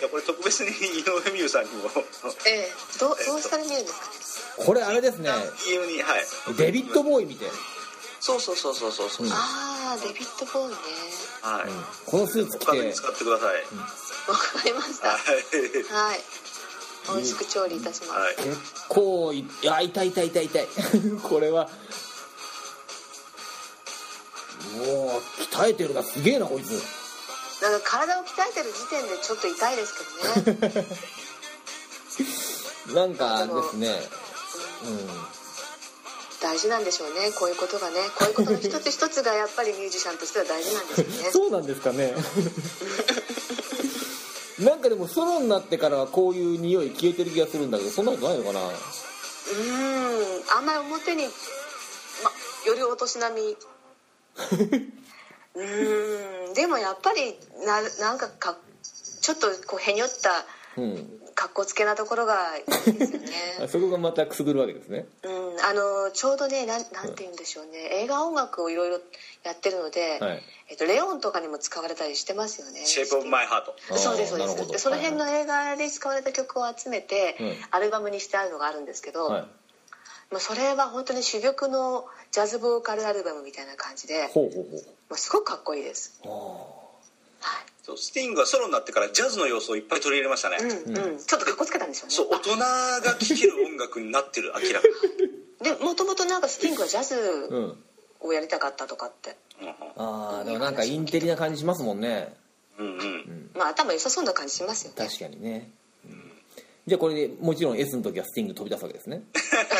やこれ特別に井上美優さんにも
ええどうどうしたら見えるんですか
これあれですね
DM にはい
デビッド・ボーイ見て、
そうそうそうそうそうそう
うん
ああデビッド・ボーイね
はい、
このスーツ
お
着
金に
て
使ってください、
わかりましたは
はい
美味しく調理いたします、
はい
結構いいや痛い痛い痛い痛い これはもう鍛えてるがすげえなこいつ
なんか体を鍛えてる時点でちょっと痛いですけどね
なんかあれですね
大事なんでしょうねこういうことがねこういうことの一つ一つがやっぱりミュージシャンとしては大事なんですよ
うん
ね
そうなんですかねなんかでもソロになってからはこういう匂い消えてる気がするんだけどそんなことないのかな
うーんあんまり表に、ま、よりお年並みうーんでもやっぱりななんかかちょっとこうへにょった
うん
かっこつけなところがいいで すよね
あそこがまたくすぐるわけですね
うん、あのちょうどねなんなんて言うんでしょうね映画音楽をいろいろやってるので、
はい
えっと、レオンとかにも使われたりしてますよね
シェイプオブマイハート
あー
そうですそうで
なるほ
す
ど
でその辺の映画で使われた曲を集めて、
うん
アルバムにしてあるのがあるんですけど、
はい
もうそれは本当に珠玉のジャズボーカルアルバムみたいな感じでも
ほうほう
うすごくかっこいいです、
ほ
はい
そうスティングはソロになってからジャズの要素をいっぱい取り入れましたね、
うんうん、ちょっとかっこつけたんでしょうね
そう大人が聴ける音楽になってる明らかに
でもともとなんかスティングはジャ
うう
ズ
ん
をやりたかったとかって、
ああでもなんかインテリな感じしますもんね
うんうんうん
まあ頭良さそうな感じしますよね
確かにね、じゃあこれでもちろん S の時はスティング飛び出すわけですね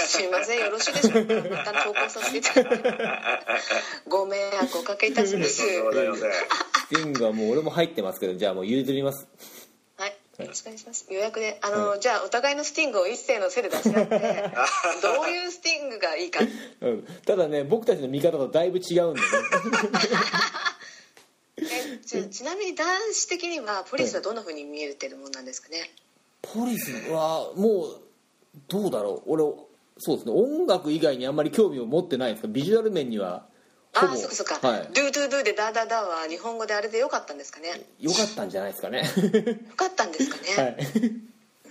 すいませんよろしいでしょうか一旦投稿させていただいてご迷惑をおかけいたします
そうでございません
スティングはもう俺も入ってますけどじゃあもう譲ります
はいよろしくお願いします予約であの、じゃあお互いのスティングを一斉のせいで出し合って どういうスティングがいいか
うん、ただね僕たちの見方とだいぶ違うんでね
えちちなみに男子的にはポリスはどんなふうに見えてるもんなんですかね
ポリスはもうどうだろう俺そうですね音楽以外にあんまり興味を持ってないんですかビジュアル面には
あ
ほ
あ
ぼ
ーそっかそっか、
はい
ドゥドゥドゥでダーダーダーは日本語であれでよかったんですかね
良かったんじゃないですかね
よかったんですかね、
はい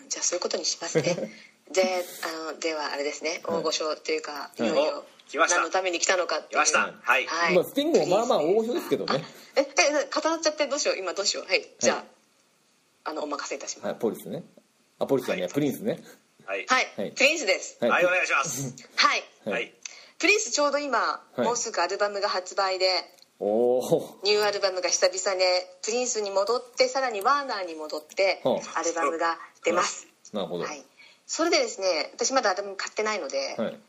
じゃあそういうことにし ますねであのではあれですね大御所というか、い、よいよ
お来ました
何のために来たのかって
来
いう
ましたはい、
はい
まあスティングもまあまあ大御所ですけどね
ええ固まっちゃってどうしよう今どうしようはいじゃあ,、あのお任せいたします
はいポリスねあポリスじゃねえプリンスね
はい
はい、
はい
プリンスです
は
はいいお願いします
はい、
はい
はい
プリンスちょうど今、
い
もうすぐアルバムが発売で
おお
ニューアルバムが久々でプリンスに戻ってさらにワーナーに戻って
ほう
アルバムが出ます、
なるほど
はい、それでですね私まだアルバム買ってないので、
はい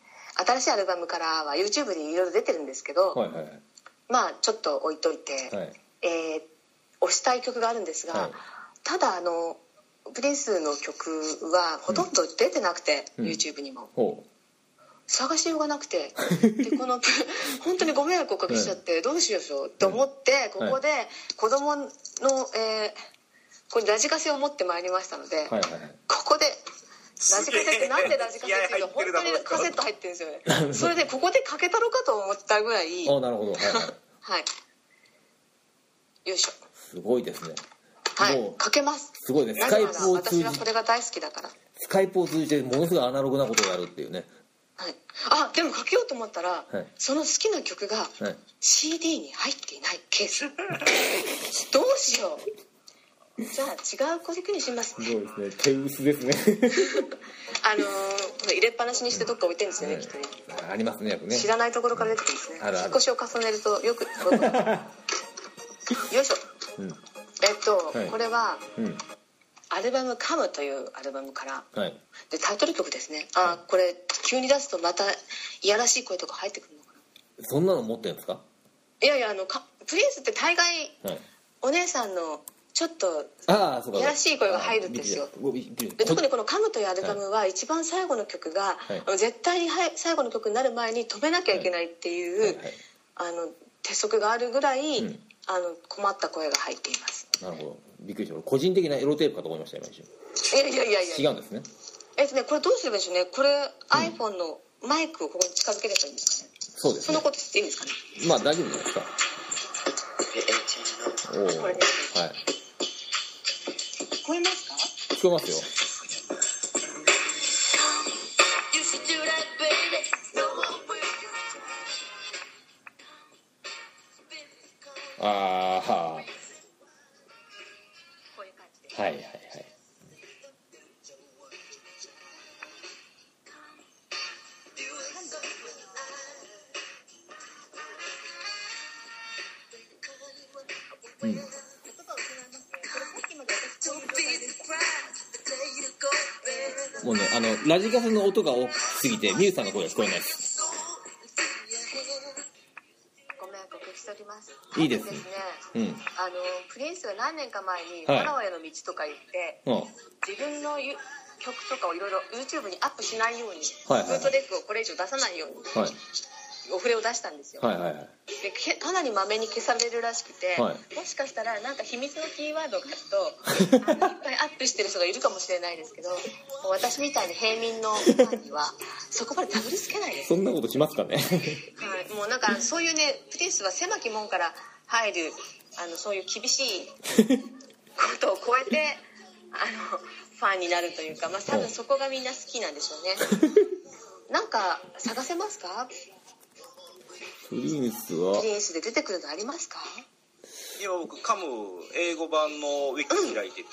新しいアルバムからは YouTube でいろいろ出てるんですけど、
はいはいはい
まあちょっと置いといて、
はい
えー推したい曲があるんですが、
はい
ただあのプリンスの曲はほとんど出てなくて、
うん
YouTube にも
ほ
探しようがなくてでこの プ本当にご迷惑をおかけしちゃって、どうしようと思って、
はい
ここで子供の、えーここにラジカセを持ってまいりましたので、
うはいはいはい
ここでラジカセってなんでラジカセっていうの
気合
本
入ってるな
当にカセット入ってる んですよねそれでここでかけたろかと思ったぐらい
あなるほどはいはい
はいよいしょ
すごいですね
は
も
いうかけます
すごいね
な
スカ
ぜ
イ
なら
プを通
私
じ
はこれが大好きだから、
スカイプを通じてものすごいアナログなことをやるっていうね
はい、あでもかけようと思ったら、
はい
その好きな曲が
はい
CD に入っていないケース どうしようじゃあ違う曲にしますね
すごいですね手薄ですね
あのーこれ入れっぱなしにしてどっか置いてるんですよね、きっとね
ありますねよくね
知らないところから出てくるんですね
あるある
引っ越しを重ねるとよ くこういうことよいしょ
うん
えっと、
はい
これは
うん
アルバム「カムというアルバムから
はい
でタイトル曲ですねあーこれ急に出すとまたいやらしい声とか入ってくるのかな
そんなの持ってるんですか
いやいやあのかプリンスって大概
はい
お姉さんのちょっと
ああそうか
いやらしい声が入るんですよ
びっくりした
で特にこの「カムというアルバムは一番最後の曲が、
はい
あの絶対にはい最後の曲になる前に止めなきゃいけないっていう、
はいはい
あの鉄則があるぐらい、
うん
あの困った声が入っています
なるほどびっくりした俺個人的なエロテープかと思いました今一瞬
いやいやいやい
違
や
うんですね
えっとねこれどうすればいいんでしょうねこれ、iPhone のマイクをここに近づければいいんですかね
そうです
そ
ね
のことしていいんですかね
まあ大丈夫じゃないですかおお
こ
は
れ
い
ね聞こえますか
聞こえますよ
You should do that, baby. No more waiting.
ああは
こういう感じで
あはいはいはいもうねあのラジカセの音が大きすぎてミュウさんの声が聞こえないです
ご迷惑をおかけしております
いいですね
あと
うん
あのプリンスが何年か前に「
はい
パラオへの道」とか言って、
ああ
自分のゆ曲とかをいろいろ YouTube にアップしないように、
はいはいはい
フートレックをこれ以上出さないように
はい
お触れを出したんですよ、
はいはいはい
でけかなりまめに消されるらしくて、
は
もしかしたらなんか秘密のキーワードとあのいっぱいアップしてる人がいるかもしれないですけど私みたいに平民のファンにはそこまでたどり着けないです、
そんなことしますかね
はい、もうなんかそういうねプリンスは狭き門から入るあのそういう厳し いことを超えてあのファンになるというか、まあ、多分そこがみんな好きなんでしょ うねなんか探せますか
プリンスは
プリンスで出てくるのありますか、
いや僕カム英語版のウィキ開いてて、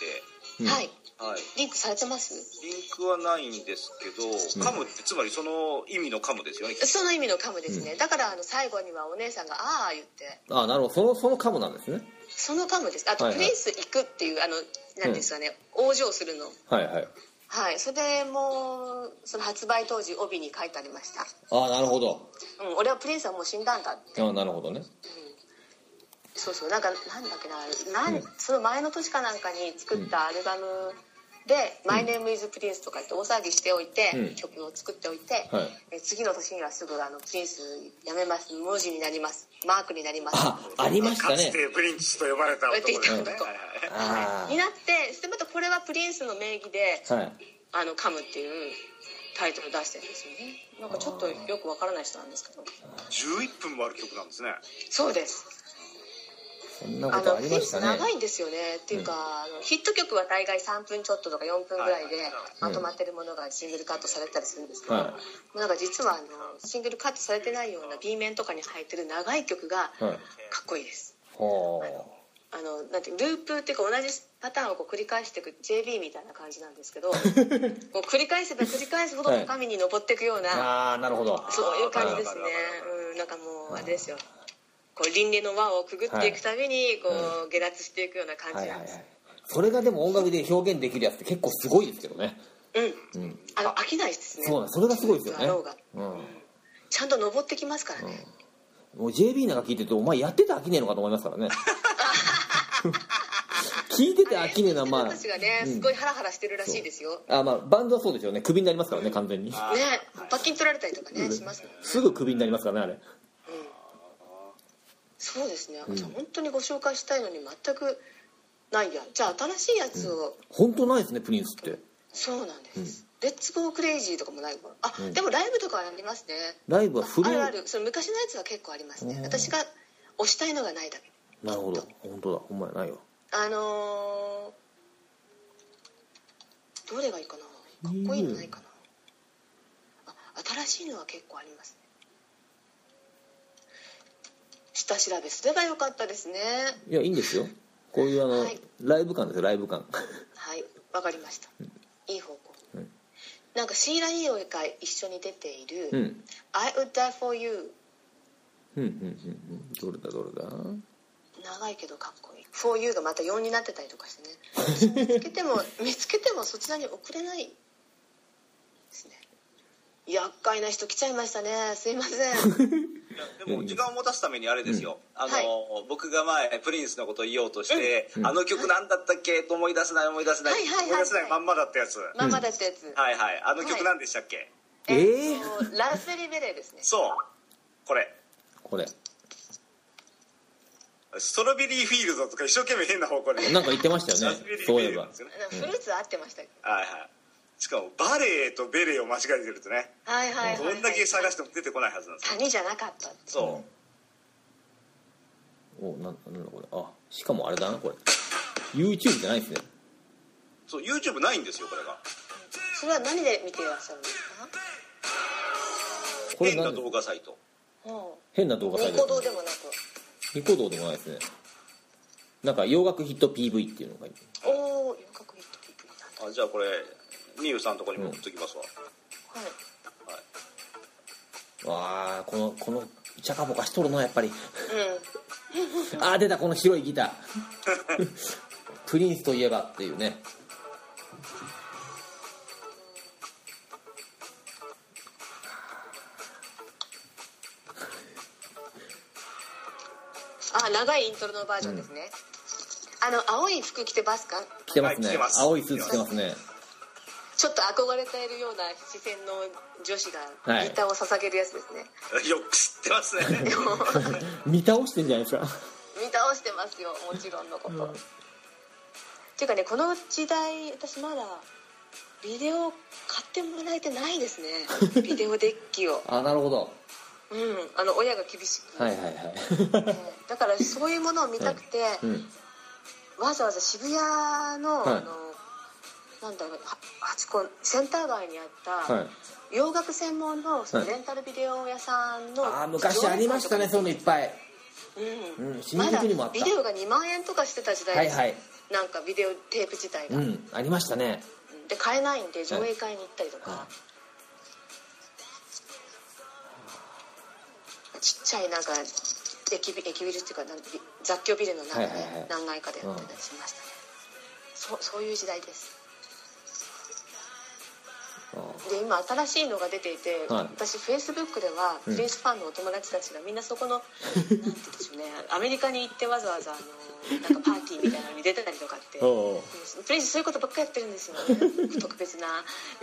うん
はい
はい、
リンクされてます
リンクはないんですけど、
ん
カムってつまりその意味のカムですよね
その意味のカムですね、だからあの最後にはお姉さんが「ああ」言って
あなるほどそのそのカムなんですね
そのカムですあと、
はいはい
プリンス行くっていうあのなんですかね、往生するの
はいはい
はいそれもその発売当時帯に書いてありました
あなるほど
うん、俺はプリンスはもう死んだんだって
あなるほどね
そうそうなんかなんだっけなあれなん、
うん
その前の年かなんかに作ったアルバムで「マイネームイズプリンスとか言って大騒ぎしておいて、
うん
曲を作っておいて、
はい
え次の年にはすぐあのプリンスやめます文字になりますマークになります
あありまし
か
た
つ
ね
てプリンスと呼ばれた男ですよね、
うん
はいはい
あ
になってそしてまたこれはプリンスの名義で
あはい
「あのカム」っていうタイトル出してるんですよねなんかちょっとよくわからない人なんですけど
11分もある曲なんですね
そうです
そんな
あ
こと
の
あ
フ
り
ェ
ま
イ
し
ス
たね
長いんですよねっていうか、あのヒット曲は大概3分ちょっととか4分ぐらいで
はい
まとまってるものがシングルカットされたりするんですけど、
はい
もうなんか実はあのシングルカットされてないような B 面とかに入ってる長い曲が
はい
かっこいいです。
ほ
あのなんてループっていうか同じパターンをこう繰り返していく JB みたいな感じなんです けどこう繰り返せば繰り返すほど高みに登っていくような、
うああなるほど
そういう感じですね
わかるわか
うんなんかもうあれですよこう輪廻の輪をくぐっていくたびにこう下脱していくような感
はい
じ
は
ないん
は
で
い
す
それがでも音楽で表現できるやつって結構すごいですけどね
うん
うん
あの飽きないですね
そうなんそれがすごいですよね
あろうが
うん
ちゃんと登ってきますからね、
もう JB なんか聞いてるとお前やってて飽きねえのかと思います からね聞いてて飽きねえのはまあ
私がね、すごいハラハラしてるらしいですよ
あまあバンドはそうですよねクビになりますからね完全に
ね罰金取られたりとかね、しますもんね
すぐクビになりますからね
そうですね、じゃあ本当にご紹介したいのに全くないやじゃあ新しいやつを、
あれ本当ないですねプリンスって
そうなんです、レッツゴークレイジーとかもないもんあ、でもライブとかはありますね
ライブはフ
あ
ル
るあるその昔のやつは結構ありますね私が推したいのがないだけ
なるほど本当だほんまやないわ
あのーどれがいいかなかっこいいのないかな、あ新しいのは結構ありますね下調べすればよかったですね
いやいいんですよこういうあの、
はい
ライブ感ですよライブ感
はいわかりました、いい方向、なんかシーラ・イーオイが一緒に出ている「
うん
I would die for you
うんうんうんうんどれだどれだ」
長いけどかっこいい「for you」がまた4になってたりとかしてね私見つけても見つけてもそちらに送れないですね厄介な人来ちゃいましたねすいません
いやでも時間を持たすためにあれですよ、あの、
はい
僕が前プリンスのことを言おうとして、あの曲なんだったっけと思い出せない思い出せない、
はいはいは
思
いはい
い出せないまんまだったやつ、
まあまだってやつ、
はいはいあの
は
曲
い
なんでしたっけ、
えー
っとラズベリーベレーですね
そうこれ
これ
ストロベリーフィールドとか一生懸命変な方向に
なんか言ってました
ラ
よ
ズベリー
ね
フ
そうい
ィー
え
ルド
ば
ですよね
あのフルーツは合ってましたけど、
はいはいしかもバレエとベレエを間違えてるとね
はいはいはい、
ど
はい、
んだけ探しても出てこないはずなんですよ
谷じゃなかった
そう
おなんなんだこれあしかもあれだなこれ YouTube じゃないですね
そう YouTube ないんですよこれが
それは何で見ていらっしゃるんですか
これ
変
な
なん動画サイト
ほ
変な動
う
画サイ
ニ
ト
コ
ですね
動でもなく
ニコ動でもないですねなんか洋楽ヒット PV っていうのがいい
おお4角ヒットピックなんだ
あじゃあこれみゆさんのとこにも送っときますわ、
はい
わあこのこのチャカポカしとるのやっぱり
うん
あー出たこの白いギ タープリンスといえばっていうね
あ長いイントロのバージョンですね、あの青い服着てますか
着てますね
はい着てます
青いスーツ着てますね
ちちょっと憧れているような視線の女子が
はい
ギターを捧げるやつですね、
よく知ってますね
見倒してんじゃないですか
見倒してますよもちろんのこと、っていうかねこの時代私まだビデオ買ってもらえてないです ねビデオデッキを
あなるほど
うんあの親が厳しく、
はいはいはい
うんだからそういうものを見たくて、
うん
わざわざ渋谷の,、
はい
あのなんだろうはあそこセンター街にあった、
はい
洋楽専門のその
はい
レンタルビデオ屋さんの、
ああ昔ありましたねそういうのいっぱい、
うん
うん、新
まだ
宿にもあっ
ビデオが2万円とかしてた時
た
代
はい
です、
はい
なんかビデオテープ自体が、
うんありましたね
で買えないんで上映会に行ったりとか、
は
ちっちゃいなんか駅ビ駅ビルっていうかなんビ雑居ビルの中で、
はいはいはい
何階かでやってたりしましたね、そうそういう時代です
あ
で今新しいのが出ていて、
はい
私フェイスブックでは
うん
プリンスファンのお友達たちがみんなそこのなんて言うんでしょうねアメリカに行ってわざわざあのなんかパーティーみたいなのに出てたりとかって
ー おう
プリンスそういうことばっかりやってるんですよ ね特別な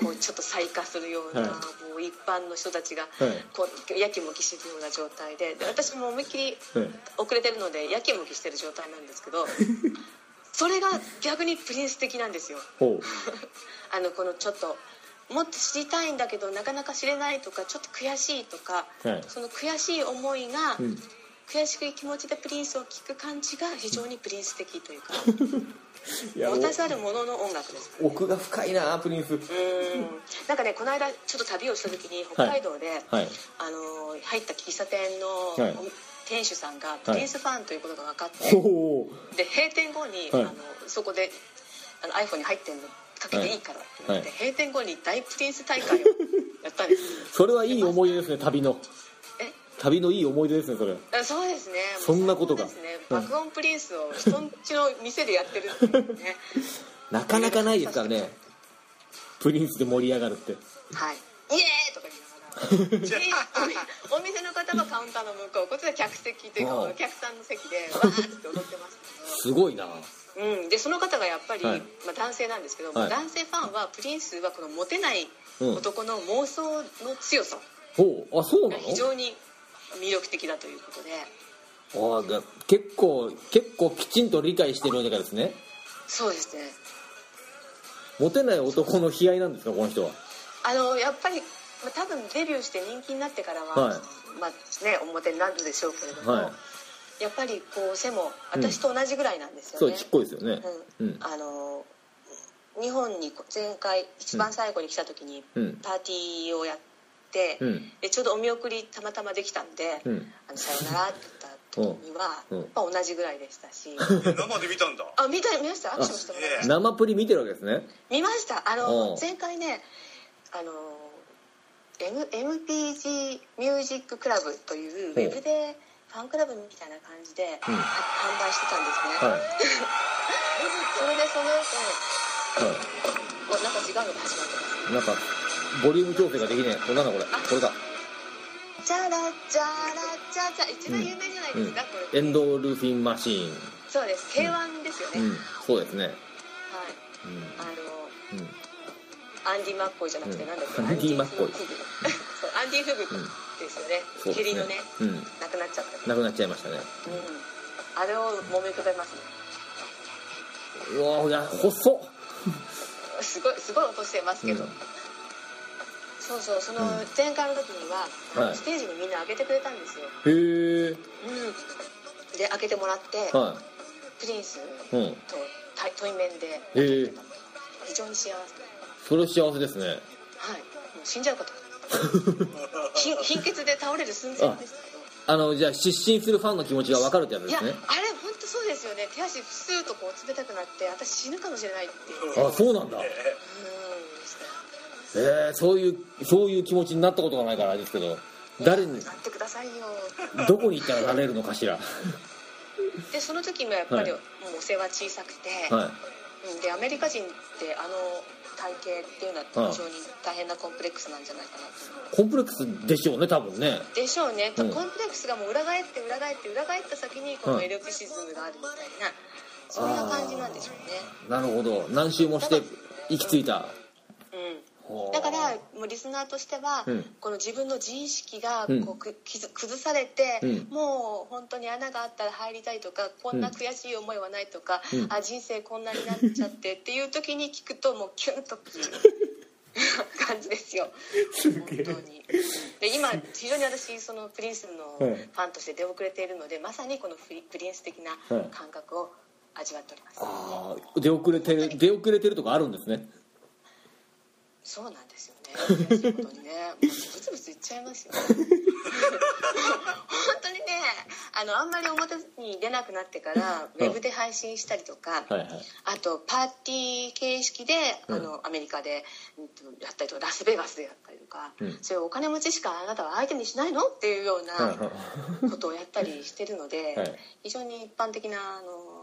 もうちょっと再化するような、
はい
もう一般の人たちが、
はい
こうやきもきしてるような状態でで私も思いっきり
うん
遅れてるのでやきもきしてる状態なんですけ どそれが逆にプリンス的なんですよ
ほ
あのこのちょっともっと知りたいんだけどなかなか知れないとかちょっと悔しいとか、
はい
その悔しい思いが、
う、うん、
悔しい気持ちでプリンスを聴く感じが非常にプリンス的というか
いや
持たざるものの音楽です
お奥が深いなプリンス
うんなんかねこの間ちょっと旅をした時に北海道で、
はい
あのー入った喫茶店の、
はい
店主さんが
い
プリンスファンということが分かって、
ほほ
で閉店後に、
はい
あのそこであの iPhone に入ってんのかけていいからって言って、
はい
閉店後に大プリンス大会を やったんですよ
それはいい思い出ですね旅の
え
旅のいい思い出ですねそれ
あそうですね
そんなことが
そうですね
うん
爆音プリンスを人んちの店でやってるっていうね
なかなかないですからねプリンスで盛り上がるって
はいイエーイとか言いながらで おお店の方がカウンターの向こうこっちは客席というか
おう
お客さんの席でわーって踊ってましたけど
すごいな
うん、でその方がやっぱり、
はい
まあ、男性なんですけど、
はい
男性ファンはプリンスはこのモテない
うん
男の妄想の強さ
ほうあそうな
が非
の
常に魅力的だということで
あーが結構結構きちんと理解してるわけですね
そうですね
モテない男の悲哀なんですかこの人は
あのやっぱり、まあ、多分デビューして人気になってからは、
はい
まあね表になるでしょうけれども、
は
やっぱりこう背も私と同じぐらいなんです
い
よ
そう
ね
ちっ、こいですよね
う
うんん
あの日本に前回一番最後に来た時に
うん
パーティーをやって、
うん
でちょうどお見送りたまたまできたんで「
うん
あのさよなら」って言った時には、
うん
まあ、同じぐらいでしたし
生で見たんだ
あ見た見ました握手をしてもらいまし
あ
た
生プリ見てるわけですね
見ましたあの
おう
前回ねあの M MPG ミュージッククラブというウェブでファンクラブみたいな感じで、
うん
販売してたんですね、
はい
それでその
は
後おなんか違うのが始まってます
いなんかボリューム調整ができねえこれなんだこれこれだ
チャラチャラチャチャ一番有名じゃないですか、これ
エンドルフィンマシーン
そうです K1 ですよ
う
ね、
んそうですね
はいあの
うんうん
アンディ・マッコイじゃなくて、
うん
なんだっけ
アンディマッコイ
アンディフグそうアンディ・フグ
うん
ですよね、
そう
蹴
で
り
す
のね
ねうん
なくなっちゃった
なくなっちゃいましたね
うんあれを揉みくべますね
うわーいや細っ
すごいすごい音してますけど、
うん
そうそうその
うん
前回の時には、
はい
ステージにみんな開けてくれたんですよ、
へえ
うん、で開けてもらって、
は
プリンス
いうん
と対対面で
へえ
非常に幸せはい
それ幸せですね
もう死んじゃうか とひ貧血で倒れる寸前ですけど
あのじゃあ失神するファンの気持ちが分かるってやつ
い
で
や、
すね
あれ本当そうですよね手足ふすーとこう冷たくなって私死ぬかもしれないっていううーん
あそうなんだえー、そういうそういう気持ちになったことがないからあれですけど誰に
なってくださいよ
どこに行ったらなれるのか しらは
でその時もやっぱり、
は
もうお世話小さくて、
いは
うんでアメリカ人ってあの体型っていうのは
はい
非常に大変なコンプレックスなんじゃないかなと思う
コンプレックスでしょうね多分ね
でしょうね、と
うん
コンプレックスがもう裏返って裏返って裏返った先にこの
はい
エロティシズムがあるみたいな、そんな感じなんでしょうね
なるほど何周もして行き着いた
うん、だからもうリスナーとしては、
うん
この自分の自意識が
うん
こうく傷崩されて、
うん
もう本当に穴があったら入りたいとかこんな悔しい思いはないとか、
うん
あ人生こんなになっちゃってっていう時に聞くともうキュンとく る感じですよ
す
本当にで今非常に私そのプリンスの
はい
ファンとして出遅れているので、まさにこのフリプリンス的な
はい
感覚を味わっております、
ああ出遅れてる出遅れてるとかあるんですね
そうなんですよね。悔しいことにね、もうブツブツ言っちゃいますよ、ね。本当にね、あのあんまり表に出なくなってから、
うん
ウェブで配信したりとか、
はいはい
あとパーティー形式で、
うん
あのアメリカで、うんと、やったりとか、ラスベガスでやったりとか、
うん
そういうお金持ちしかあなたは相手にしないのっていうよ
はいうは
なことをやったりしてるので、
はい
非常に一般的なあの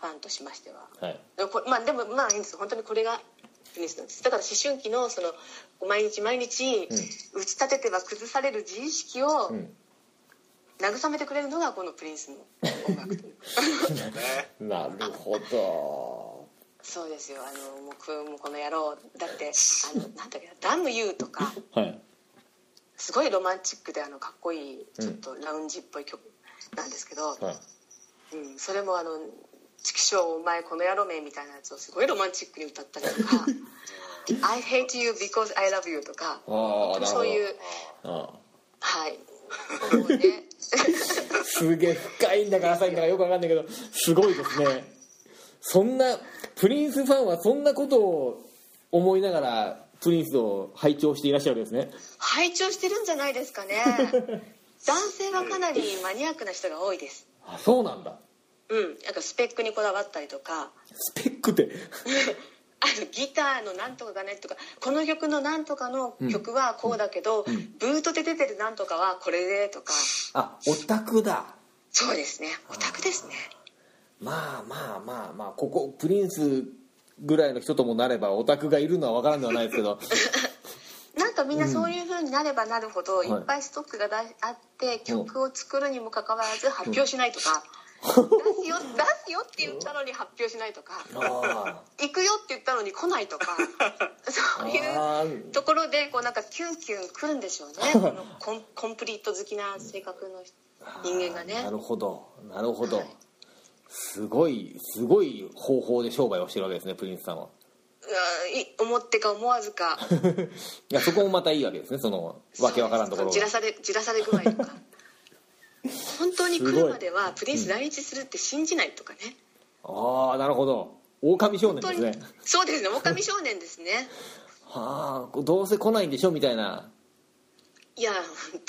ファンとしましては。
いはい
でもこれまあでもまあいいんです本当にこれがプリンスなんですだから思春期のその毎日毎日打ち立てては崩される自意識を
うん
慰めてくれるのがこのプリンスの音 楽という
なるほど
そうですよあのもうこもうこの野郎だってあのなんだっけなダム U とか
はい
すごいロマンチックであのかっこいいちょっとラウンジっぽい曲なんですけ
は
ど、
い
うん、それもあの「畜生お前この野郎め」みたいなやつをすごいロマンチックに歌ったりと か「I hate you because I love you」とか
ああなるほど
そういう
ああ
はいもうね
すげえ深いんだから浅いんだからよくわかんないけどすごいですねそんなプリンスファンはそんなことを思いながらプリンスを拝聴していらっしゃるわけですね
拝聴してるんじゃないです かね男性はかなりマニアックな人が多いです
あそうなんだ
うんなんかスペックにこだわったりとか
スペックって
あのギターのなんとかがねとかこの曲のなんとかの曲はこうだけど、ブートで出てるなんとかはこれでとか
あオタクだ
そうですねオタクですね
まあまあまあまあここプリンスぐらいの人ともなればオタクがいるのはわからんではないですけど
なんかみんなそういう風になればなるほど、
ん
いっぱいストックがだあって曲を作るにもかかわらず発表しないとか、出すよ出すよって言ったのに発表しないとか
あ
行くよって言ったのに来ないとか そういう
あー
ところでこうなんかキュンキュンくるんでしょうねこのコンコンプリート好きな性格の人間がね
なるほどなるほど、すごいすごい方法で商売をしてるわけですねプリンスさんは
うんい思ってか思わずか
いやそこもまたいいわけですねそのわけわからんところ
そう
が
ですじらされじらされ具 合とか本当に来るまではプリンス来日するって信じないとかね、
ああなるほど狼少年
本
で
当
す
に
ね
そうですね狼少年です ね
はあどうせ来ないんでしょみたいない
や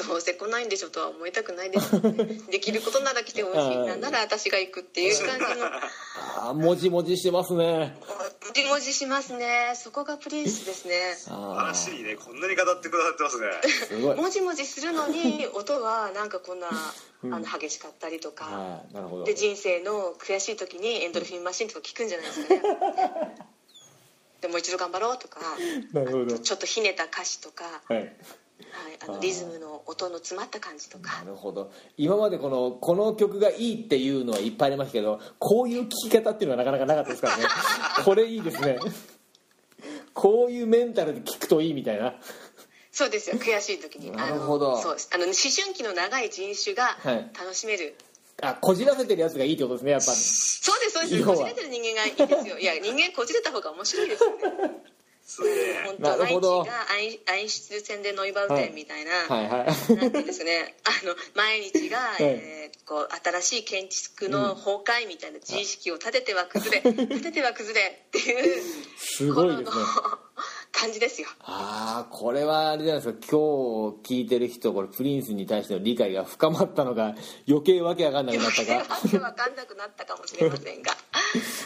どうせ来ないんでしょとは思いたくない です、ね、できることなら来てほしい
うん
なんなら私が行くっていう感じの
ああもじもじしてますね
もじもじしますねそこがプリンスですね
ああ
話にねこんなに語ってくださってますね
すごい
もじもじするのに音はなんかこんなあの激しかったりとか、
はいなるほど
で人生の悔しい時にエンドルフィンマシンとか聞くんじゃないです かねでもう一度頑張ろうとか
なるほど
ちょっとひねった歌詞とか、
は
は
い
い、あのリズムの音の詰まった感じとか
なるほど今までこのこの曲がいいっていうのはいっぱいありましたけどこういう聴き方っていうのはなかなかなかったです からねこれいいですねこういうメンタルで聴くといいみたいな
そうですよ悔しい時に
なるほど
あのそうあの思春期の長い人種が
はい
楽しめる、
あこじらせてるやつがいいってことですねやっぱ
そうですそうです
要は
こじれてる人間がいいですよ いや人間こじれた方が面白いですよね
すげ え
本
な
当
る
毎
ほ
日
ど
が愛愛出戦でノイバウテンみたいな、
はいはい
なんていうんですかねあの毎日が、
い
えーこう新しい建築の崩壊みたいな自意識を立てては崩 れ、立てては崩れっていう
すごいですね
この感じですよ
ああこれはあれじゃないですか今日聞いてる人これプリンスに対しての理解が深まったのか余計わけわかんなくなった
わ
か
けわかんなくなったかもしれま せんが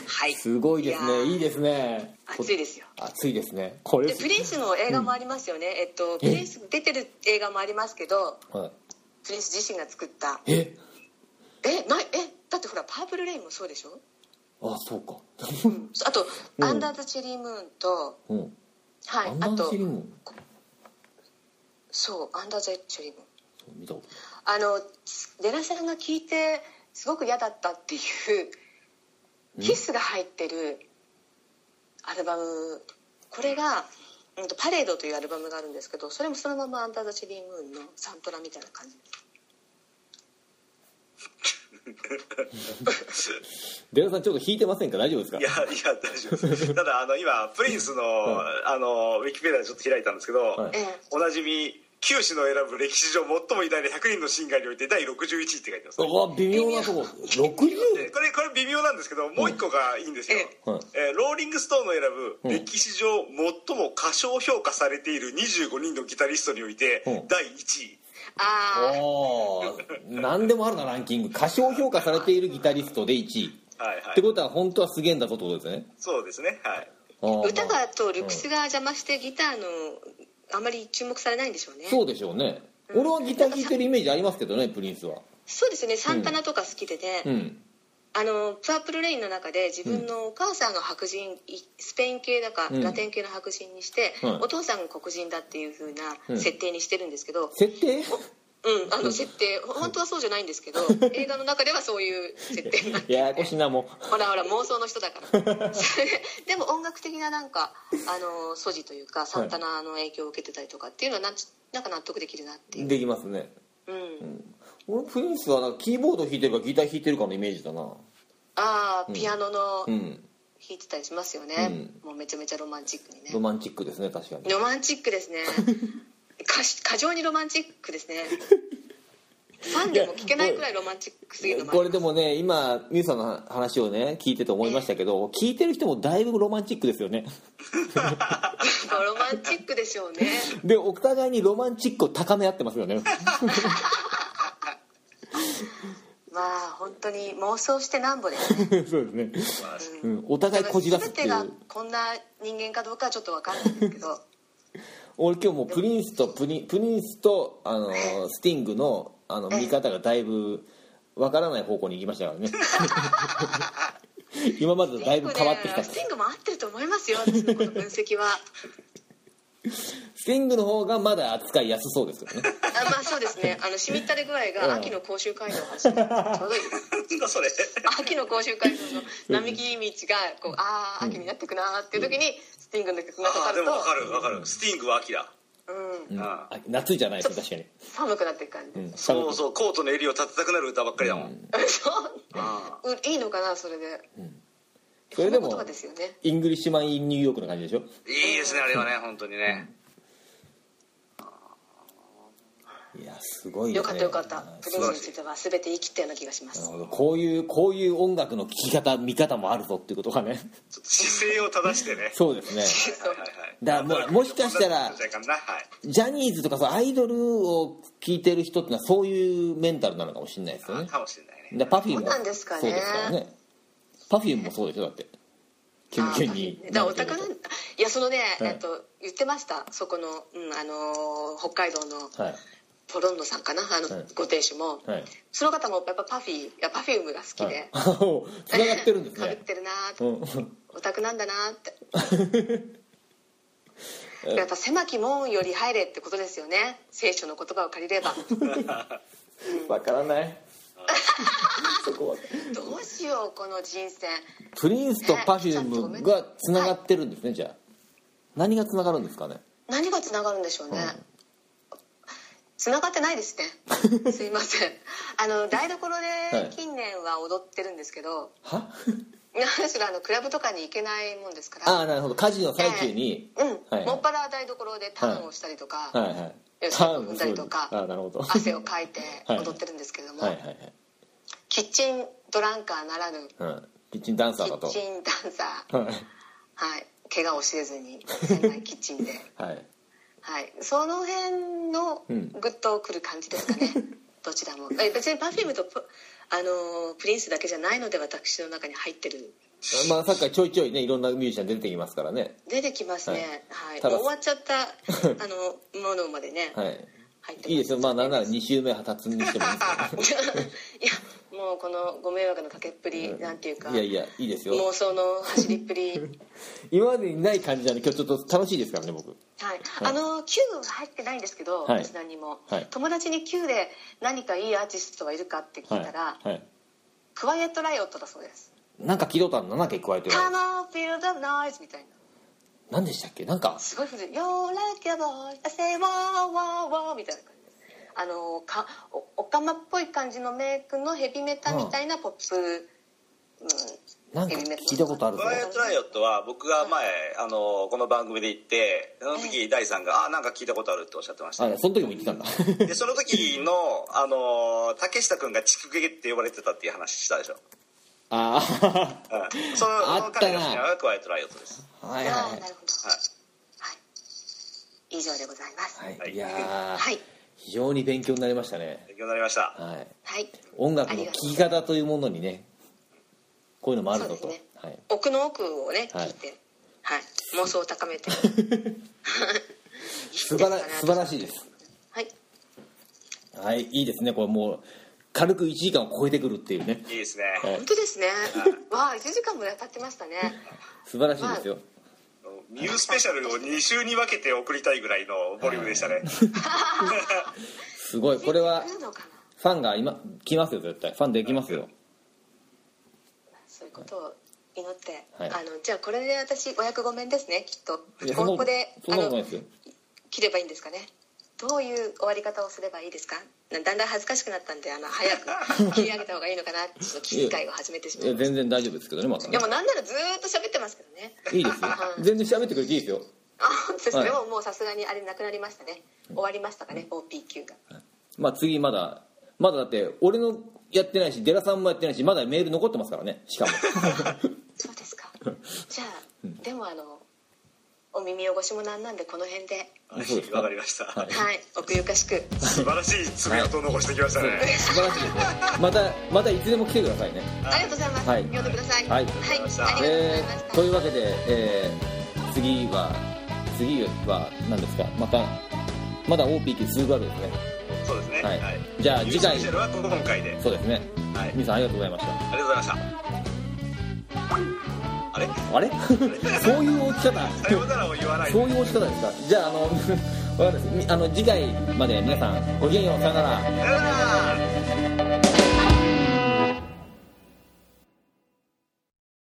はい
すごいです
や
ね
ー
いいですね
暑いですよ
暑いですねこれ
でプリンスの映画もありますよね、えっとプリンス出てる映画もありますけど
はい
プリンス自身が作った
え
えないえだってほら「パープル・レイン」もそうでしょ
あそうか
あと「
うん
アンダー・ザ・チェリー・ムーンと」
うん
はい
あんな
あと
走りも
そう「アンダー・ザ・チェリー・ムーン
見たこと」
あのデラさんが聞いてすごく嫌だったっていうキスが入ってるアルバムこれが「うんとパレード」というアルバムがあるんですけどそれもそのまま「アンダー・ザ・シリー・ムーン」のサントラみたいな感じ
デラさんちょっと引いてませんか大丈夫ですか
いやいや大丈夫ですただあの今プリンスの,、あのウィキペディアちょっと開いたんですけど、
はい
ええ
おなじみ九死の選ぶ歴史上最も偉大な100人のシンガーにおいて第61位って書いてます、ね、
うわ微妙なとこ
で
60?
これこれ微妙なんですけどもう一個がいいんですよ、
うんはい
えーローリング・ストーンの選ぶ、
うん
歴史上最も過小評価されている25人のギタリストにおいて、
うん
第1位
ああ
おー何でもあるなランキング過小評価されているギタリストで1位
はいは
っ
い
てことは本当はすげえんだぞってことですよね
そうですねはい
あー
歌
まあ
がとルックスが邪魔してギターのあまり注目されないんでしょうね
そうでしょうね俺はギター弾いてるイメージありますけどねプリンスは
そうですねサンタナとか好きでね、
うん
あの「プアプルレイン」の中で自分のお母さんが白人いスペイン系だか、
うん
ラテン系の白人にして、
はい
お父さんが黒人だっていう風
う
なん設定にしてるんですけど、
設 定
うん、あの設定本当はそうじゃないんですけ ど映画の中ではそういう設定になって
ややこしいなも
ほらほら妄想の人だから それででも音楽的ななんかあの素地というかサンタナの影響を受けてたりとかっていうのはなんちなんか納得できるなっていうう、
できますね
うん、
俺プリンスはなんかキーボード弾いてるかギター弾いてるかのイメージだな
ああピアノの
う
弾
ん
いてたりしますよね、もうめちゃめちゃロマンチックにね
ロマンチックですね確かに
ロマンチックですね過し過剰にロマンチックですねファンでも聞けないくらいロマンチックすぎるのもあ
これ
る
でもね今ミュウさんの話をね聞いてて思いましたけど聞いてる人もだいぶロマンチックですよね
ロマンチックでしょうね
でお互いにロマンチックを高め合ってますよ ね
まあ本当に妄想してなんぼですね
そうですね、うん、お互いこじらすってい
全て
う
がこんな人間かどうかはちょっと分かんないんですけど
俺今日もうプリンスとプリンプリンスとあのースティングのあの見方がだいぶわからない方向に行きました からね今ま でとだいぶ変わってきた
スティングも合ってると思いますよ私のこの分析 は
スティングの方がまだ扱いやすそうですけどね
あまあそうですねあのしみったれ具合が秋の甲州街道を 走るちょうどいい
なんだそれ
秋の甲州街道の並木道がこうああ秋になってくなーっていう時にスティングの曲がか
あ
か
あで
る
もわか
と、
るわかるスティングは秋だ
うん、
うん
あ
あ夏じゃないですね確かに、
寒くなっていく感じ、
うん、
そうそうコートの襟を立てたくなる歌ばっかりだもん、あ
そういいのかなそれで、
それで
そん
も
な言葉ですよね
イングリッシュマン・イン・ニューヨークな感じでしょ
いいですねあれはね本当にね、
いやすごいよ、ね、
よかったよかった
あー
プリンスについては全て言い切ったような気がしま
なる
す
ほどこういうこういう音楽の聴き方見方もあるぞっていうことが ね
ちょっと姿勢を正してね
そうですね
そう
はいはい
だからももしかしたら
こんな感じだからなはい
ジャニーズとかそうアイドルを聴いてる人ってのはそういうメンタルなのかもしれないですよね
かもしれないね
でパフィーも
そうなんですか
そ
ね
うですからねパフィーもそうでしょだってキュンキュンに
だからお宝なんいやそのね、
はい
えっと言ってましたそこの、うん、あのー北海道の
はい
ポロンノさんかなあの、
はい
ご亭主も、
はい
その方もやっぱパフィーいやパフュームが好き
は
で
い、 つながってるんです
かぶっ
ね
てるなーって
うん
オタクなんだなーって やっぱ狭き門より入れってことですよね聖書の言葉を借 りれば
わから ないそこは
どうしようこの人生
プリンスとパフュームがつながってるんですねじゃあ何がつながるんですかね
何がつながるんでしょうね、
うん
つながってないですね すいませんあの台所
はい
で近年は踊ってるんですけど、
は
何しろあのクラブとかに行けないもんですから
ああなるほど家事の最中に、
うん、
はいはい
もっぱら台所でターンをしたりとか、
はいはい
よし
ターン
踏んだりとか
そうですあーなるほど
汗をかいて踊ってるんですけれども、
はいはいはい、
キッチンドランカーならぬ
うん、キッチンダンサー
キ
だと
ッチンダンサー
はい
はい、怪我をしれ ずに仙台キッチンで、
はい
はい、その辺の
うん
グッとくる感じですかね、どちらもえ別に Perfume とプ,、あのープリンスだけじゃないので私の中に入ってる
まあさっきからちょいちょいねいろんなミュージシャン出てきますからね
出てきますね、はい
ただ
もう終わっちゃった あのものまでね、
はい
入ってます
いいですよまあなんなら2週目は立つにしてもいいですよ
いやもうこのご迷惑のかけっぷり、なんていう か
いやいやいいですよ
妄想の走りっぷ り
今までにない感じなんで今日ちょっと楽しいですからね僕
はい、あの Q は入ってないんですけど、
はい
私何にも、
はい
友達に Q で何かいいアーティストはいるかって聞いたら、
はいはい、
クワイエットライオットだそうです
なんか聞いたことあるのなんか加えて
「Come on feel the noise」みたいな
何でしたっけなんか
すごい古い「よーらきゃぼい汗わーわーわー」みたいな感じあのかおおかまっぽい感じのメイクのヘビメタみたいなポップ、うん
なんか聞いたことあるぞ
トライアットライオットは僕が前あのこの番組で行ってその時大さんが「あなんか聞いたことある」っておっしゃってました
あその時も言ってた んだ
でその時のあの竹下君が「チクゲゲ」って呼ばれてたっていう話したでしょ、
ああ
うん、その
あったな
彼が好きなのがクワイエットライオットです
はいはい
ああなるほ
は
ど
い
はい以上でございます
はい、、
はいい
やー
はい
非常に勉強になりましたね、
勉強になりました
はい、
はい
音楽の聴き方というものにねこういうのもあるぞ
そ
と、
うですね
はい、
奥の奥をね
はい
聞いて、はい妄想を高めて
素
素
晴ら素晴らしいです
はい
はいいいですねこれもう軽く1時間を超えてくるっていうね
いいですね
はい
本当ですねわあ1時間ぐらい経ってましたね
素晴らしいですよ
ミュースペシャルを2週に分けて送りたいぐらいのボリュームでしたね
すごいこれは
来るのかな
ファンが今来ますよ絶対ファンできますよ
そういうことを祈って、
はい
あのじゃあこれで私お役ごめんですねきっと
いやそんなこ
こことで
そ
あ
んなことない
の
ですよ
切ればいいんですかねどういう終わり方をすればいいですかなだんだん恥ずかしくなったんであの早く切り上げた方がいいのかなってちょっと気遣いを始めてしま
い
い
や
まし
全然大丈夫ですけどねまた
た
ね
でもなんならずーっと喋ってますけどね
いいですよ
はい
全然喋ってくれていいですよ
あ本当ですか
はい
でももうさすがにあれなくなりましたね終わりましたかね OPQ が
まあ次まだまだだって俺のやってないしデラさんもやってないしまだメール残ってますからねしか も
そうですかじゃあでもあのお耳汚しもなんなんでこの辺で
あそうですか
わかりました、
はい
はい奥ゆかしく
素晴らしい爪痕を残してきましたね、
素晴らしいですねまたまたいつでも来てくださいね
ありがとうございます。
はい
読んでください。
はい
ありがとうござい
え
ました。
ーというわけで、えー次は次は何ですかまたまだ OP 続くわけですね
そうですね
はいじゃあ次回
ミュースペシャルは今回で
そうですね
はい
みさんありがとうございまし
ありがとうございましたあれ
たあれ そういう落ち方
さようならを言わない
そういう落ち方 ですかじゃああのわかんないですみあの次回まで皆さんごきげんようさよなら
さようなら